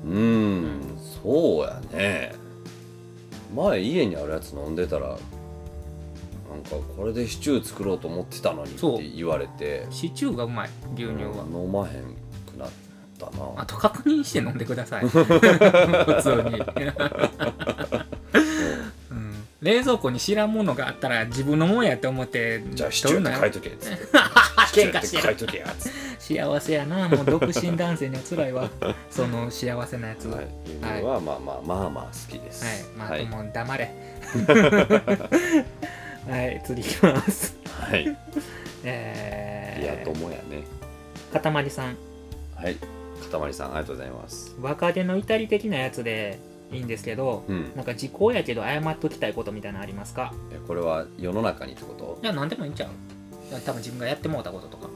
A: うんそうやね前家にあるやつ飲んでたらなんかこれでシチュー作ろうと思ってたのにっ
B: そう
A: て言われて
B: シチューがうまい牛乳は、
A: うん飲まへんくなった
B: あ
A: な
B: と確認して飲んでくだ さい普通に、 うん、冷蔵庫に知らんものがあったら自分のもんやと思って
A: じゃあシチュ
B: 取る
A: ーって
B: のや
A: 書いとけっつってシチュ
B: 喧
A: ー
B: 嘩
A: っ
B: してて
A: 書い
B: る
A: とけやっつっ
B: 幸せやなもう独身男性には辛 いわその幸せなやつ
A: て
B: は
A: はい
B: い、
A: 牛乳はまあまあまあまあ好きです
B: まあ、
A: はい
B: もう 黙れはい次いきます
A: はいいや
B: え
A: ともやね
B: ー、かたまりさん
A: はいかたまりさんありがとうございます
B: 若手の至り的なやつでいいんですけど
A: うん
B: なんか時効やけど謝っときたいことみたいなのありますか
A: えこれは世の中にってこと
B: いや何でもいいんちゃういや多分自分がやってもうたこととか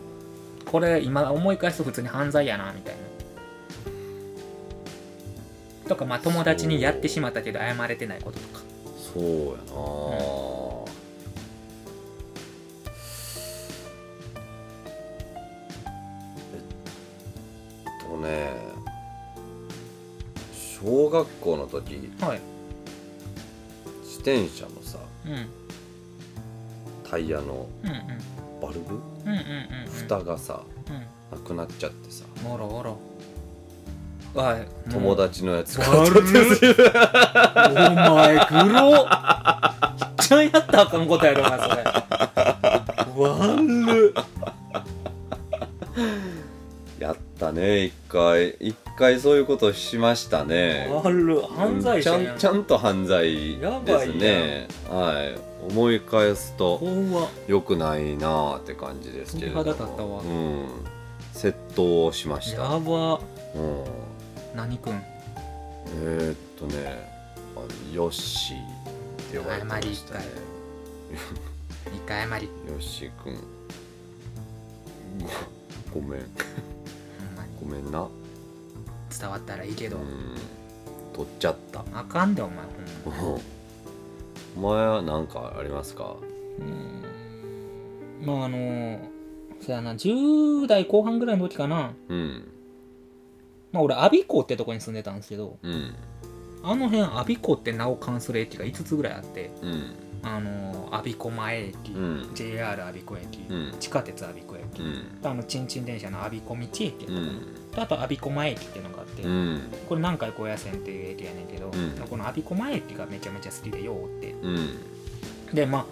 B: これ今思い返すと普通に犯罪やなみたいなとかまあ友達にやってしまったけど謝れてないこととか
A: そうやなあ、えっとね小学校の時自
B: はい
A: 転車のさ
B: うんうん
A: タイヤの
B: うん
A: バルブ
B: うんうんうんうん
A: 蓋がさ
B: う
A: なくなっちゃってさ
B: んおろおろはい
A: 友
B: もう
A: 達のやつ
B: 悪っ
A: 買うとって
B: お前グロちっちゃいやったらあかんことやろお前それわんる
A: やったね一回一回そういうことしましたね
B: わる犯罪者
A: うんち
B: や
A: ゃ
B: ん
A: んちゃんと犯罪
B: やばい
A: ですねはい思い返す
B: ほ
A: と
B: んま
A: 良くないなあって感じですけれども
B: 鳥肌立ったわ
A: うん窃盗をしまし
B: や
A: た
B: ば
A: うん
B: 何くん
A: えーっとねあのヨッシーって呼ばれてましたね
B: 謝り一回謝り
A: ヨッシーくんごごめん
B: ほんまに
A: ごめんな
B: 伝わったらいいけど、
A: うん取っちゃった
B: あかんでお前ほんま
A: お前は何かありますか
B: まああのそやな10代後半ぐらいの時かな、
A: うん
B: まあ、俺我孫子ってとこに住んでたんですけど
A: うん
B: あの辺我孫子って名を冠する駅が5つぐらいあって
A: うん
B: あの我孫子前駅、
A: うん
B: JR 我孫子駅、
A: うん
B: 地下鉄我孫子駅、
A: うん
B: あのチンチン電車の我孫子道駅っていう
A: うん
B: とことあと我孫子前駅っていうのがあって、
A: うん
B: これ南海高野線っていう駅やねんけど、
A: ん
B: この我孫子前駅がめちゃめちゃ好きでようって
A: うん
B: でまあ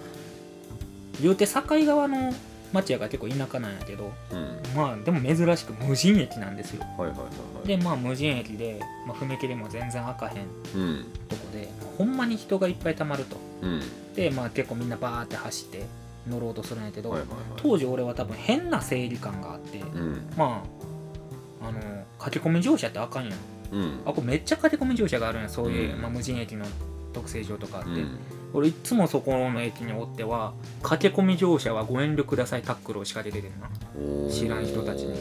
B: 言うて境側の町やから結構田舎なんやけど
A: うん
B: まあでも珍しく無人駅なんですよ
A: はいはいはいはい
B: でまあ無人駅で、まあ、踏切も全然開かへん
A: うん
B: とこでほんまに人がいっぱい溜まると
A: うん
B: でまあ結構みんなバーって走って乗ろうとするんやけど、
A: はいはいはい
B: 当時俺は多分変な整理感があって、
A: うん
B: まああの駆け込み乗車ってあかんやん
A: うん
B: あこれめっちゃ駆け込み乗車があるんやそういう、
A: うん
B: まあ、無人駅の特性上とかあっ
A: う
B: て、
A: ん
B: 俺いつもそこの駅におっては駆け込み乗車はご遠慮くださいタックルを仕掛けててんな
A: おー
B: 知らん人たちに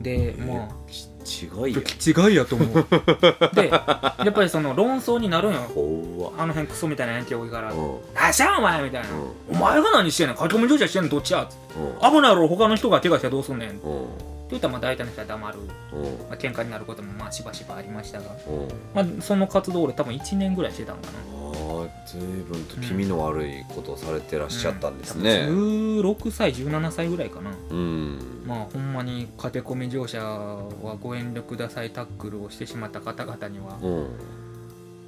B: でもう
A: ち違いや
B: 違いやと思う でやっぱりその論争になるんよ
A: 怖
B: あの辺クソみたいなヤンキー多いから
A: うん
B: 「あしゃあお前」みたいな
A: うん
B: 「お前が何してんの駆け込み乗車してんのどっちや?」
A: うん
B: 危ないやろ他の人が怪我してどうすんねん」って
A: うん
B: 言ったらまあ大体の人は黙る、
A: うん
B: まあ喧嘩になることもまあしばしばありましたが、
A: うん
B: まあ、その活動俺多分1年ぐらいしてたんかな
A: ああ随分と気味の悪いことをされてらっしゃったんですね
B: うん多分16歳17歳ぐらいかな
A: うん
B: まあほんまに駆け込み乗車はご遠慮くださいタックルをしてしまった方々には
A: うん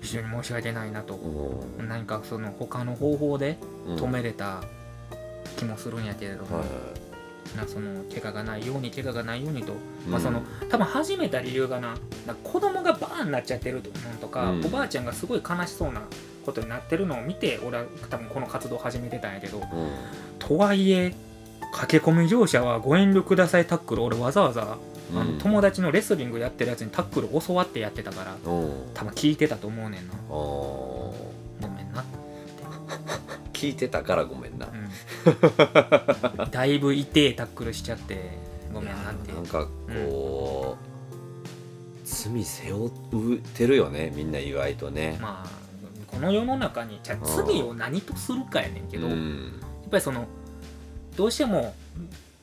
B: 非常に申し訳ないなと
A: うん
B: 何かその他の方法で
A: うん
B: 止めれた気もするんやけれども、
A: はい
B: なその怪我がないように怪我がないようにと、
A: うん
B: まあ、その多分始めた理由がななんか子供がバーになっちゃってるとかなんとか、
A: うん
B: おばあちゃんがすごい悲しそうなことになってるのを見て俺は多分この活動を始めてたんやけど
A: うん
B: とはいえ駆け込み乗車はご遠慮くださいタックル俺わざわざ、あの友達のレスリングやってるやつにタックル教わってやってたから
A: うん
B: 多分聞いてたと思うねんな
A: あー
B: ごめんな
A: 聞いてたからごめんな
B: うんだいぶ痛えタックルしちゃってごめんなって
A: なんかこう罪背負ってるよねみんな意外とね
B: まあこの世の中にじゃあ
A: うん
B: 罪を何とするかやねんけど、
A: う
B: やっ
A: ん
B: ぱりそのどうしても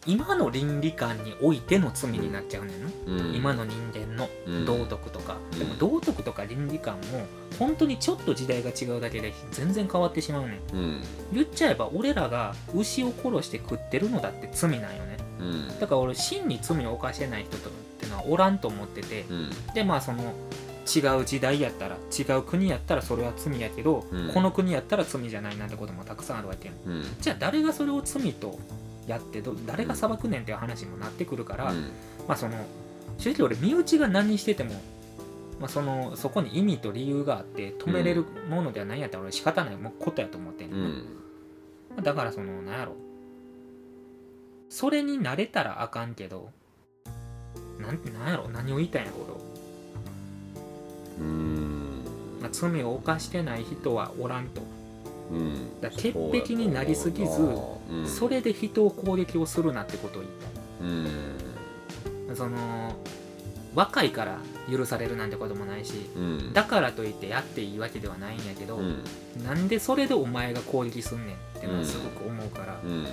B: 今の倫理観においての罪になっちゃうねんの、
A: うん
B: 今の人間の
A: うん
B: 道徳とか、
A: うん
B: でも道徳とか倫理観も本当にちょっと時代が違うだけで全然変わってしまうねん
A: うん
B: 言っちゃえば俺らが牛を殺して食ってるのだって罪なんよね
A: うん
B: だから俺真に罪を犯してない人とってのはおらんと思ってて
A: うん
B: でまあその違う時代やったら違う国やったらそれは罪やけど、
A: うん
B: この国やったら罪じゃないなんてこともたくさんあるわけやん
A: うん
B: じゃあ誰がそれを罪とやってど誰が裁くねんっていう話にもなってくるから、
A: うん
B: まあその正直俺身内が何してても、まあ、そのそこに意味と理由があって止めれるものではないんやったら俺仕方ないもうことやと思ってんね
A: うん
B: なんだからそのなんやろそれになれたらあかんけどなんなんやろ何を言いたいんやろ
A: う
B: 俺
A: ん
B: まあ、罪を犯してない人はおらんと
A: うん
B: だから潔癖になりすぎず
A: うん
B: それで人を攻撃をするなってことを言い
A: うん
B: たいその若いから許されるなんてこともないし
A: うん
B: だからといってやっていいわけではないんやけど、
A: うん
B: なんでそれでお前が攻撃すんねんってのはすごく思うから、
A: うん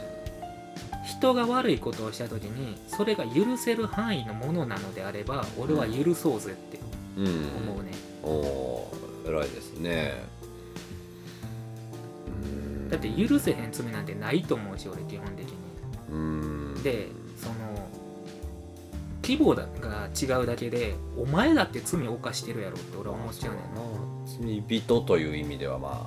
B: 人が悪いことをした時にそれが許せる範囲のものなのであれば俺は許そうぜって
A: うん
B: 思うね、
A: おー偉いですね
B: だって許せへん罪なんてないと思うし俺基本的に
A: うん
B: でその規模だが違うだけでお前だって罪を犯してるやろって俺は思っちゃうねんな
A: 罪人という意味ではまあ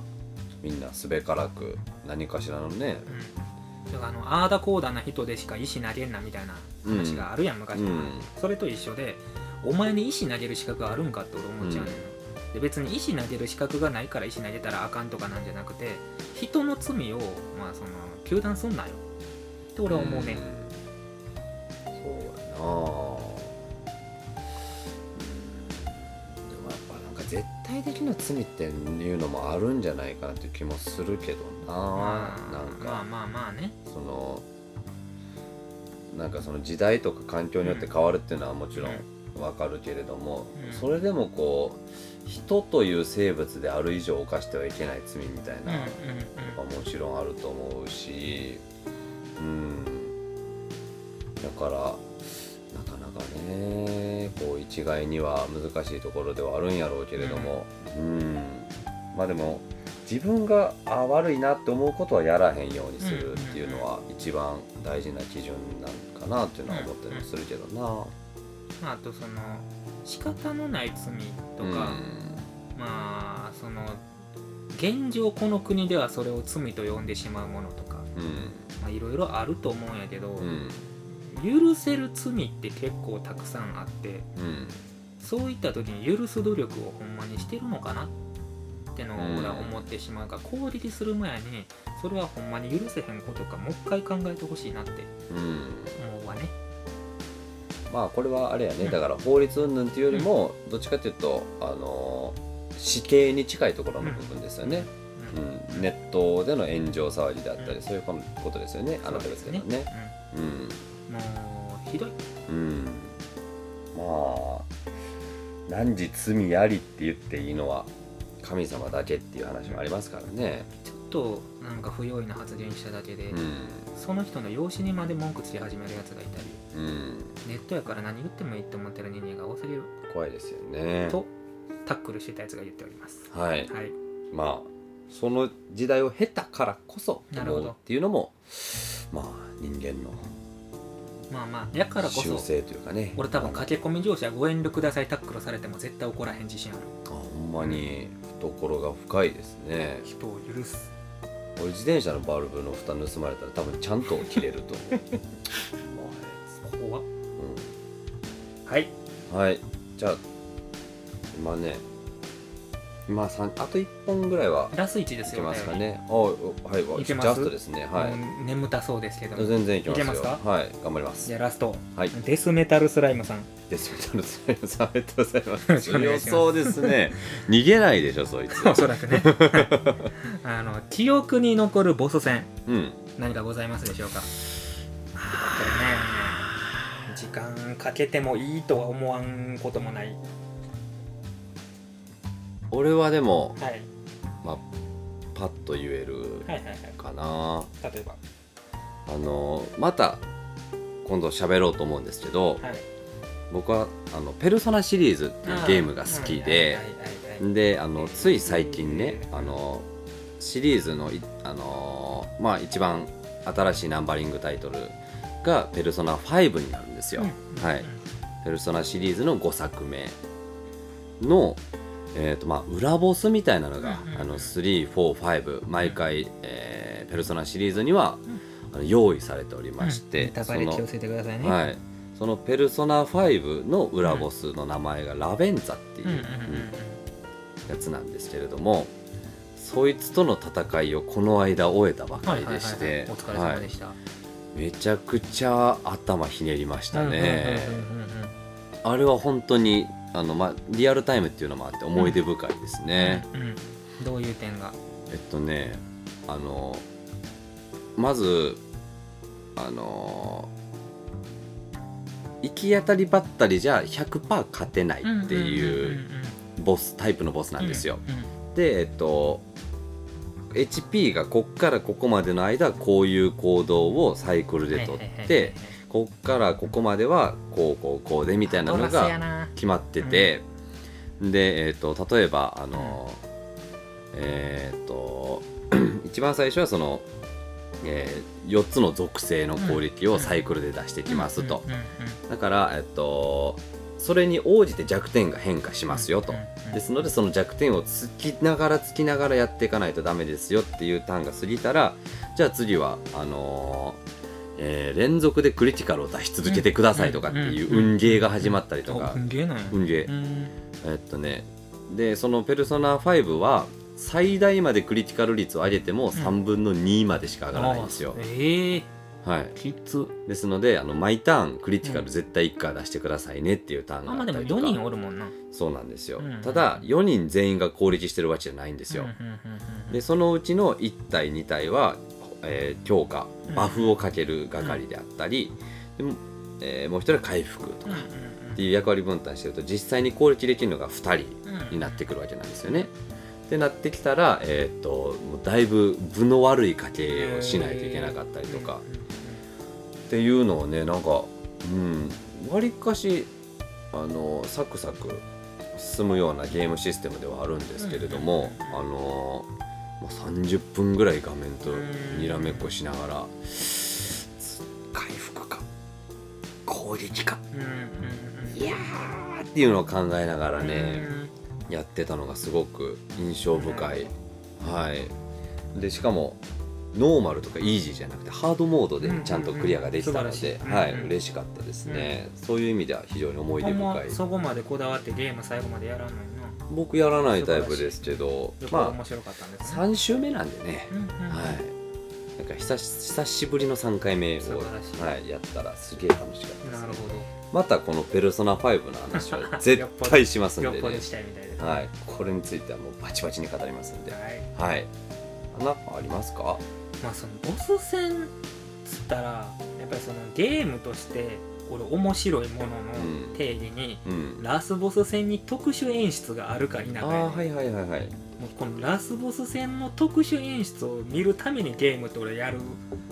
A: みんなすべからく何かしらのね
B: うんだからあのああだこうだな人でしか石投げんなみたいな話があるやん、昔
A: う
B: の、
A: ん
B: それと一緒でお前に石投げる資格あるんかって俺思っちゃうねんな、で別に石投げる資格がないから石投げたらあかんとかなんじゃなくて人の罪をまあその糾弾すんなよって俺は思うね、
A: うんそうやなうんでもやっぱなんか絶対的な罪っていうのもあるんじゃないかなっていう気もするけどな、
B: まあ
A: なんか、
B: まあまあまあね
A: そのなんかその時代とか環境によって変わるっていうのはもちろんわかるけれども、
B: うん
A: それでもこう人という生物である以上犯してはいけない罪みたい
B: うんうん
A: な、まあもちろんあると思うしうんだからなかなかねこう一概には難しいところではあるんやろうけれどもうんまあでも自分があ悪いなって思うことはやらへんようにするっていうのは一番大事な基準なんかなっていうのは思ったりもするけどな。
B: うんまああとその仕方のない罪と
A: うん
B: か、まあその現状この国ではそれを罪と呼んでしまうものとか
A: うん
B: まあいろいろあると思うんやけど、
A: うん
B: 許せる罪って結構たくさんあって
A: うん
B: そういった時に許す努力をほんまにしてるのかなってのを俺は思ってしまうから攻撃する前にそれはほんまに許せへんことかもう一回考えてほしいなって
A: うん
B: 思うわね。
A: まあこれはあれやね、
B: うん
A: だから法律云々っていうよりも、どっちかっていうと、あのー死刑に近いところの部分ですよね、
B: うん
A: うんネットでの炎上騒ぎであったり、
B: うん
A: そういうことですよね、あなたですけどね。うん
B: うんもうひどい
A: うん、まあ何時罪ありって言っていいのは神様だけっていう話もありますからね。
B: ちょっとなんか不用意な発言しただけで、
A: う
B: その人の容姿にまで文句つけ始めるやつがいたり
A: ん、うん、
B: ネットやから何言ってもいいって思ってる人間が多すぎる
A: 怖いですよね。
B: とタックルしてたやつが言っております。
A: はい、
B: はい、
A: まあその時代を経たからこそ
B: なるほ
A: 思
B: ど
A: うっていうのもまあ人間の
B: まあまあやからこ
A: 習
B: そ
A: 性というかね
B: 俺多分駆け込み乗車ご遠慮くださいタックルされても絶対怒らへん自信ある
A: あほんまに懐が深いですね
B: 人を許す
A: 俺自転車のバルブの蓋盗まれたら多分ちゃんと切れると思う
B: 怖っはい
A: お前うんはいじゃあ今ね今さんあと1本ぐらいは
B: ラス1で
A: い
B: す
A: け
B: よ
A: ますかねあおはい
B: い
A: ジャ
B: けます
A: ストですね
B: お便り
A: は
B: もう眠たそうですけど
A: い全然いけますよ
B: いけますか
A: はい頑張ります
B: じゃあラスト
A: はい
B: デスメタルスライムさん
A: デスメタルスライムさんありがとうございます
B: よろしくお願いします
A: そうですね逃げないでしょそい つ
B: おそら くねあの記憶に残るボス戦
A: うん
B: 何かございますでしょうかこれね時間かけてもいいとは思わんこともない
A: 俺はでも
B: はい
A: まあパッと言える
B: はいはいはい
A: かな
B: 例えば
A: あのまた今度喋ろうと思うんですけど
B: はい
A: 僕はあのペルソナシリーズっていうゲームが好きで
B: はいはいはいはい
A: であのつい最近ねあのシリーズのいあのまあ一番新しいナンバリングタイトルが「ペルソナ5」になるんですよ、
B: うん
A: はいペルソナシリーズの5作目の、えーとまあ、裏ボスみたいなのが、
B: うんうんうん
A: あの345毎回、えーペルソナシリーズには、
B: ん
A: あの用意されておりまして、
B: ネタ
A: そ
B: バレ
A: の
B: 気をつけてくださいね。
A: はい、そのペルソナ5の裏ボスの名前がラベンザっていう、
B: うんうん
A: うんやつなんですけれどもそいつとの戦いをこの間終えたば
B: うん。
A: かりでして
B: お疲れ様
A: は
B: で
A: い
B: した。
A: めちゃくちゃ頭ひねりましたね。
B: うんうんうんうんうん
A: あれは本当にあの、まあ、リアルタイムっていうのもあって思い出深いですね、
B: うんうんどういう点が。
A: えっとねあのまずあの行き当たりばったりじゃ100%勝てないって
B: ん
A: いううん
B: んん
A: ボスタイプのボスなんですよ、。
B: うん
A: でえっと HP がこっからここまでの間はこういう行動をサイクルでとって、こっからここまではこうこうこうでみ
B: み
A: たいなのが決まってて、で、えー、と例えば あの、えっ、と一番最初はそのえ4つの属性の攻撃をサイクルで出してきますと、
B: うんうんうん
A: だから、えっと、それに応じて弱点が変化しますよと、
B: うん
A: ですのでその弱点をつきながらつきながらやっていかないとダメですよっていうターンが過ぎたらじゃあ次はあのーえー連続でクリティカルを出し続けてくださいとかっていう
B: うん
A: 運ゲーが始まったりと
B: あ
A: か
B: 運ゲーなんや
A: 運ゲー
B: うん
A: えっとねでその「ペルソナ5」は最大までクリティカル率を上げても3分の2までしか上がらないんですよ
B: あ、ーええ
A: はい、
B: きつ
A: ですのであの毎ターンクリティカル絶対1回出してくださいねっていうターン
B: あ
A: が
B: ま
A: あ
B: あ
A: っ
B: で
A: た
B: も
A: りと
B: 4
A: か
B: 人おるもんなで
A: そうなんですよ、
B: うん
A: ただ4人全員が攻撃してるわけじゃないんですよ、でそのうちの1体2体は、えー強化
B: うん
A: バフをかける係であったり、でもえーもう1人は回復とかっていう役割分担してると実際に攻撃できるのが2人になってくるわけなんですよね。ってなってきたら、えー、ともうだいぶ分の悪い家計をしないといけなかったりとかっていうのをねなんかうんわりかしあのサクサク進むようなゲームシステムではあるんですけれども、
B: うん
A: あのもう30分ぐらい画面とにらめっこしながら回復か攻撃かいやーっていうのを考えながらね、やってたのがすごく印象深い、はいでしかもノーマルとかイージーじゃなくてハードモードでちゃんとクリアができたの
B: うんうんうん
A: で、
B: 素晴らしい
A: はい
B: うんうん
A: 嬉しかったですね、そういう意味では非常に思い出深い
B: そこまでこだわってゲーム最後までやらないな
A: 僕やらないタイプですけど
B: よく
A: ま
B: 面
A: あ
B: 白かったんですね
A: 3週目なんでね、
B: うんうん
A: はいなんか久し久しぶりの3回目を、
B: 素晴らしい
A: はい、やったらすげえ楽しかったです、
B: なる
A: ね、
B: ほ
A: またこの「ペルソナ5」の話は絶対しますん
B: ど よ
A: で
B: っ
A: ね
B: ぽどしたいみたいです
A: はい、これについてはもうバチバチに語りますんで
B: はい
A: はい。なんかありますか？
B: まあそのボス戦っつったらやっぱりそのゲームとして俺面白いものの定義に、
A: うん。
B: ラスボス戦に特殊演出があるか否
A: あ
B: か
A: あ
B: やねん
A: ーはいはいはいはい。
B: もうこのラスボス戦の特殊演出を見るためにゲームって俺やる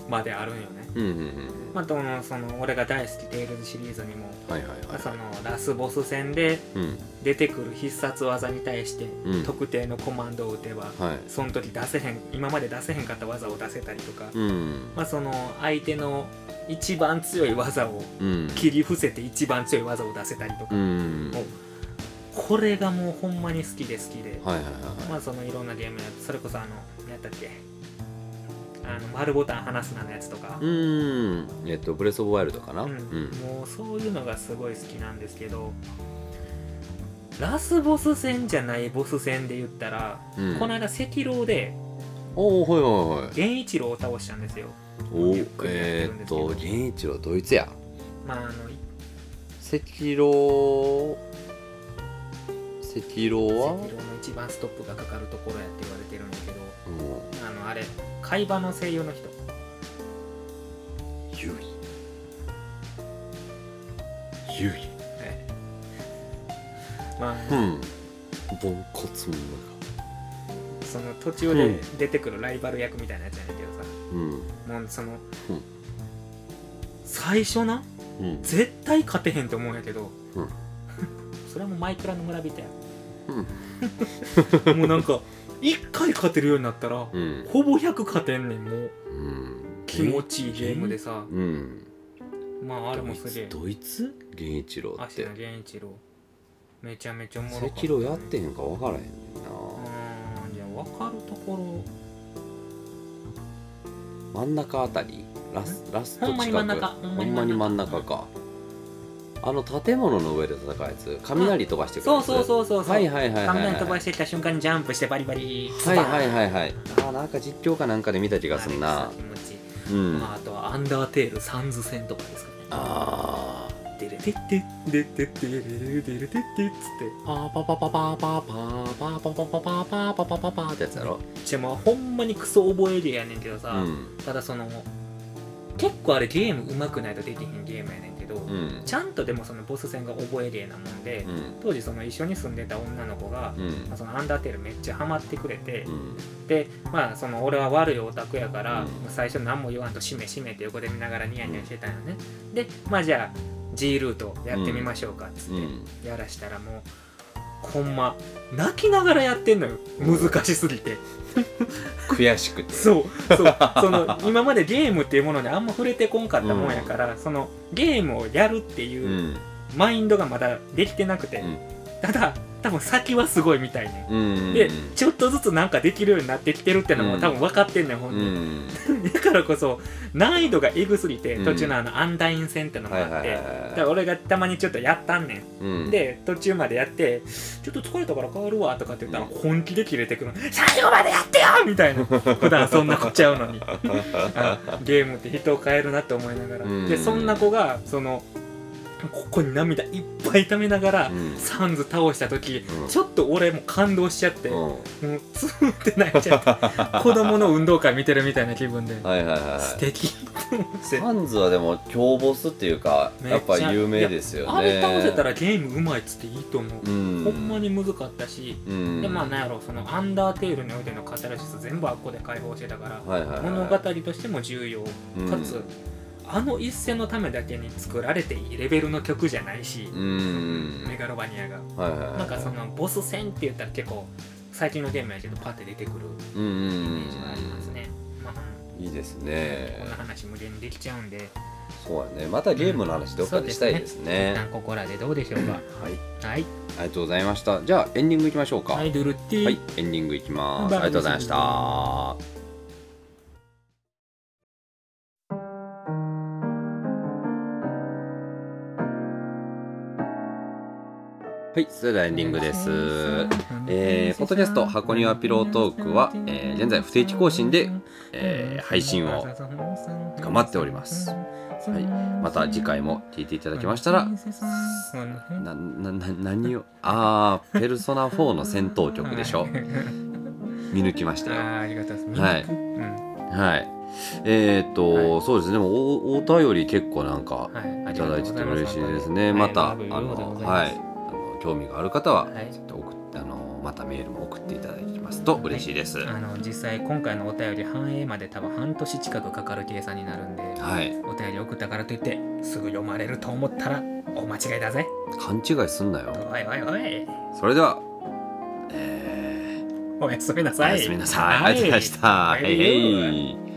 B: まであるんよね
A: うんうんうんうん。
B: まあどのその俺が大好き「テイルズ」シリーズにも、
A: はいはいはい。
B: そのラスボス戦で
A: うん
B: 出てくる必殺技に対して
A: うん
B: 特定のコマンドを打てば、
A: はい。
B: その時出せへん今まで出せへんかった技を出せたりとか、
A: うん
B: まあその相手の一番強い技を
A: うん
B: 切り伏せて一番強い技を出せたりとか、
A: うん。
B: もうこれがもうほんまに好きで好きで、
A: はいはいはい
B: ま
A: は
B: あそのいろんなゲームやつそれこそあの何やったっけあの丸ボタン離すなのやつとか
A: い。う、ーん。えっとブレスオブワイルドかな？う
B: うん
A: ん。
B: もうそういうのがすごい好きなんですけどラスボス戦じゃないボス戦で言ったら、
A: うん
B: この間赤狼で
A: おおはいはいはい。
B: 源一郎を倒したんですよ
A: お
B: ゆっくりやって
A: え
B: るん
A: ー
B: で
A: っ
B: すけど
A: と源一郎ドイツや。
B: まああのい
A: 赤狼赤狼
B: 赤
A: は
B: 狼の一番ストップがかかるところやって言われてるんだけど
A: も
B: あのあれ海馬の声優の人
A: うユイユイ。
B: まあ、
A: うん。ボンコツ女が。
B: その途中で出てくるライバル役みたいなやつやねんけどさ、
A: うん
B: もうその、
A: うん
B: 最初な
A: うん。
B: 絶対勝てへんと思うんやけど、
A: うん
B: それはもうマイクラの村人や
A: うん
B: もうなんか1回勝てるようになったら、
A: うん
B: ほぼ100勝てんねんもう
A: うん
B: 気持ちいいゲームでさ、
A: うん
B: まああれもすげえ
A: ドイツ源一郎っ
B: 芦
A: て
B: 野源一郎めちゃめちゃおもろかった
A: 赤狼やってへんか分からへんねんな、
B: うーんじゃ分かるとこ
A: 真ん中あたりラスラスト
B: ほんまに
A: 近
B: 真
A: く
B: ん中
A: ほんまに真ん中かあの建物の上で戦うやつ雷飛ばして
B: ろ
A: くる
B: そ
A: や
B: う
A: つ
B: そうそうそうそう
A: はいはいはいはい
B: 雷飛
A: は
B: ば
A: い
B: してきた瞬間にジャンプしてバリバリ
A: はいはいはいはい
B: ス
A: あーなんか実況かなんかで見た気
B: パーン
A: がするな
B: あれさ気持ちいい
A: うん
B: まあ、あとは「アンダーテール」「サンズ戦」とかですかね
A: あ
B: 「デレテッテッデテッテレレデレテッテ」っつって
A: ーパーパパパパパパパパパパパパパパパパってやつやろ
B: じゃあまあほんまにクソ覚えるやねんけど
A: う
B: さ、
A: ん
B: ただその結構あれゲーム上手くないとできへんゲームやねんけど、
A: うん
B: ちゃんとでもそのボス戦が覚えるやなもんで、
A: うん
B: 当時その一緒に住んでた女の子が
A: う、ん
B: まあそのアンダーテールめっちゃハマってくれて、
A: うん
B: でまあその俺は悪いオタクやから、
A: うん
B: まあ最初何も言わんと「しめしめ」って横で見ながらニヤニヤしてたんよね、でまあじゃあ G ルートやってみましょうかっつって、
A: うん
B: やらしたらもうほんま泣きながらやってんのよ難しすぎて
A: 悔しくて
B: そうそうその今までゲームっていうものにあんま触れてこんかったもんやから、そのゲームをやるっていうううんマインドがまだできてなくて、
A: うん
B: ただ多分先はすごいみたいね、
A: うん
B: でちょっとずつなんかできるようになってきてるっての
A: う
B: も
A: ん
B: 多分分かってんねん、ほ
A: うん
B: に
A: ん
B: だからこそ難易度がエグすぎて
A: うん
B: 途中のあのアンダイン戦ってのも
A: はいはい
B: あっ
A: は
B: て、
A: い
B: だから
A: は
B: 俺がたまにちょっとやったんねん、
A: いうん
B: で途中までやって「ちょっと疲れたから帰るわ」とかって言ったら
A: うん
B: 本気で切れてくる「最後までやってよ!」みたいな普段そんな子ちゃうのにあ ゲームって人を変えるなって思いながら
A: うん
B: でそんな子がそのここに涙いっぱい溜めながら
A: うん
B: サンズ倒した時
A: うん
B: ちょっと俺も感動しちゃっても
A: うん
B: うツーって泣いちゃ って子供の運動会見てるみたいな気分で
A: はいはいはいはい
B: 素敵と思って
A: ハンズはでも強ボスっていうか
B: めっちゃ
A: やっぱ有名ですよね
B: あれ倒せたらゲームうまいっつっていいと思う
A: う、ん
B: ほんまに難かったし
A: うん
B: でまあなんやろそのアンダーテールにおいてのカタルシス全部あっこで解放してたから、
A: はいはいはい
B: 物語としても重要か
A: うん
B: つ、あの一戦のためだけに作られていいレベルの曲じゃないし、
A: うん
B: メガロバニアが、
A: はいはいはい
B: なんかそのボス戦って言ったら結構最近のゲームやけどパッて出てくる
A: うんうん
B: イメ
A: うん
B: ージがありますね、まあ
A: いいです
B: こ
A: ね
B: んな話無限にできちゃうんで、
A: そうやねまたゲームの話どっかでしたいです
B: 一
A: ね
B: 旦ここらでどうでしょうか、
A: はい
B: はい
A: ありがとうございましたじゃあエンディングいきましょうか
B: アイドルティー、
A: はい、エンディングいきます。あ
B: バ
A: りがと
B: イバイ
A: うございました。はい、それではエンディングです。えーポッドキャスト箱庭ピロートークはえー現在不定期更新で、えー配信を
B: 頑
A: 頑張っております
B: はい。
A: また次回も聞いていただきましたら、な、な、な、何を、あー、ペルソナ4の戦闘曲でしょ見抜きまし
B: あ
A: たよ。
B: ーありがとうございます。
A: はい
B: うん
A: はい。えーっと、そうですね。でもお、お便り結構なんか、
B: はい
A: いただいてて嬉しいですね。
B: はい
A: また、あ
B: ラブラブで
A: の
B: ご、ざい
A: は
B: ま
A: い、
B: す
A: あの興味がある方は、
B: はい
A: ちょっと送ってあのまたメールも送っていただきますと嬉しいです。
B: あ
A: は
B: の実際今回のお便り反映まで多分半年近くかかる計算になるんで、
A: い、
B: お便り送ったからといってすぐ読まれると思ったらお間違いだぜ。
A: 勘違いすんなよ。
B: おいおいおい。
A: それでは、え
B: おやすみな
A: ー、お
B: さい。
A: やすみなさい。ありがとうございました。
B: は
A: はい、はい。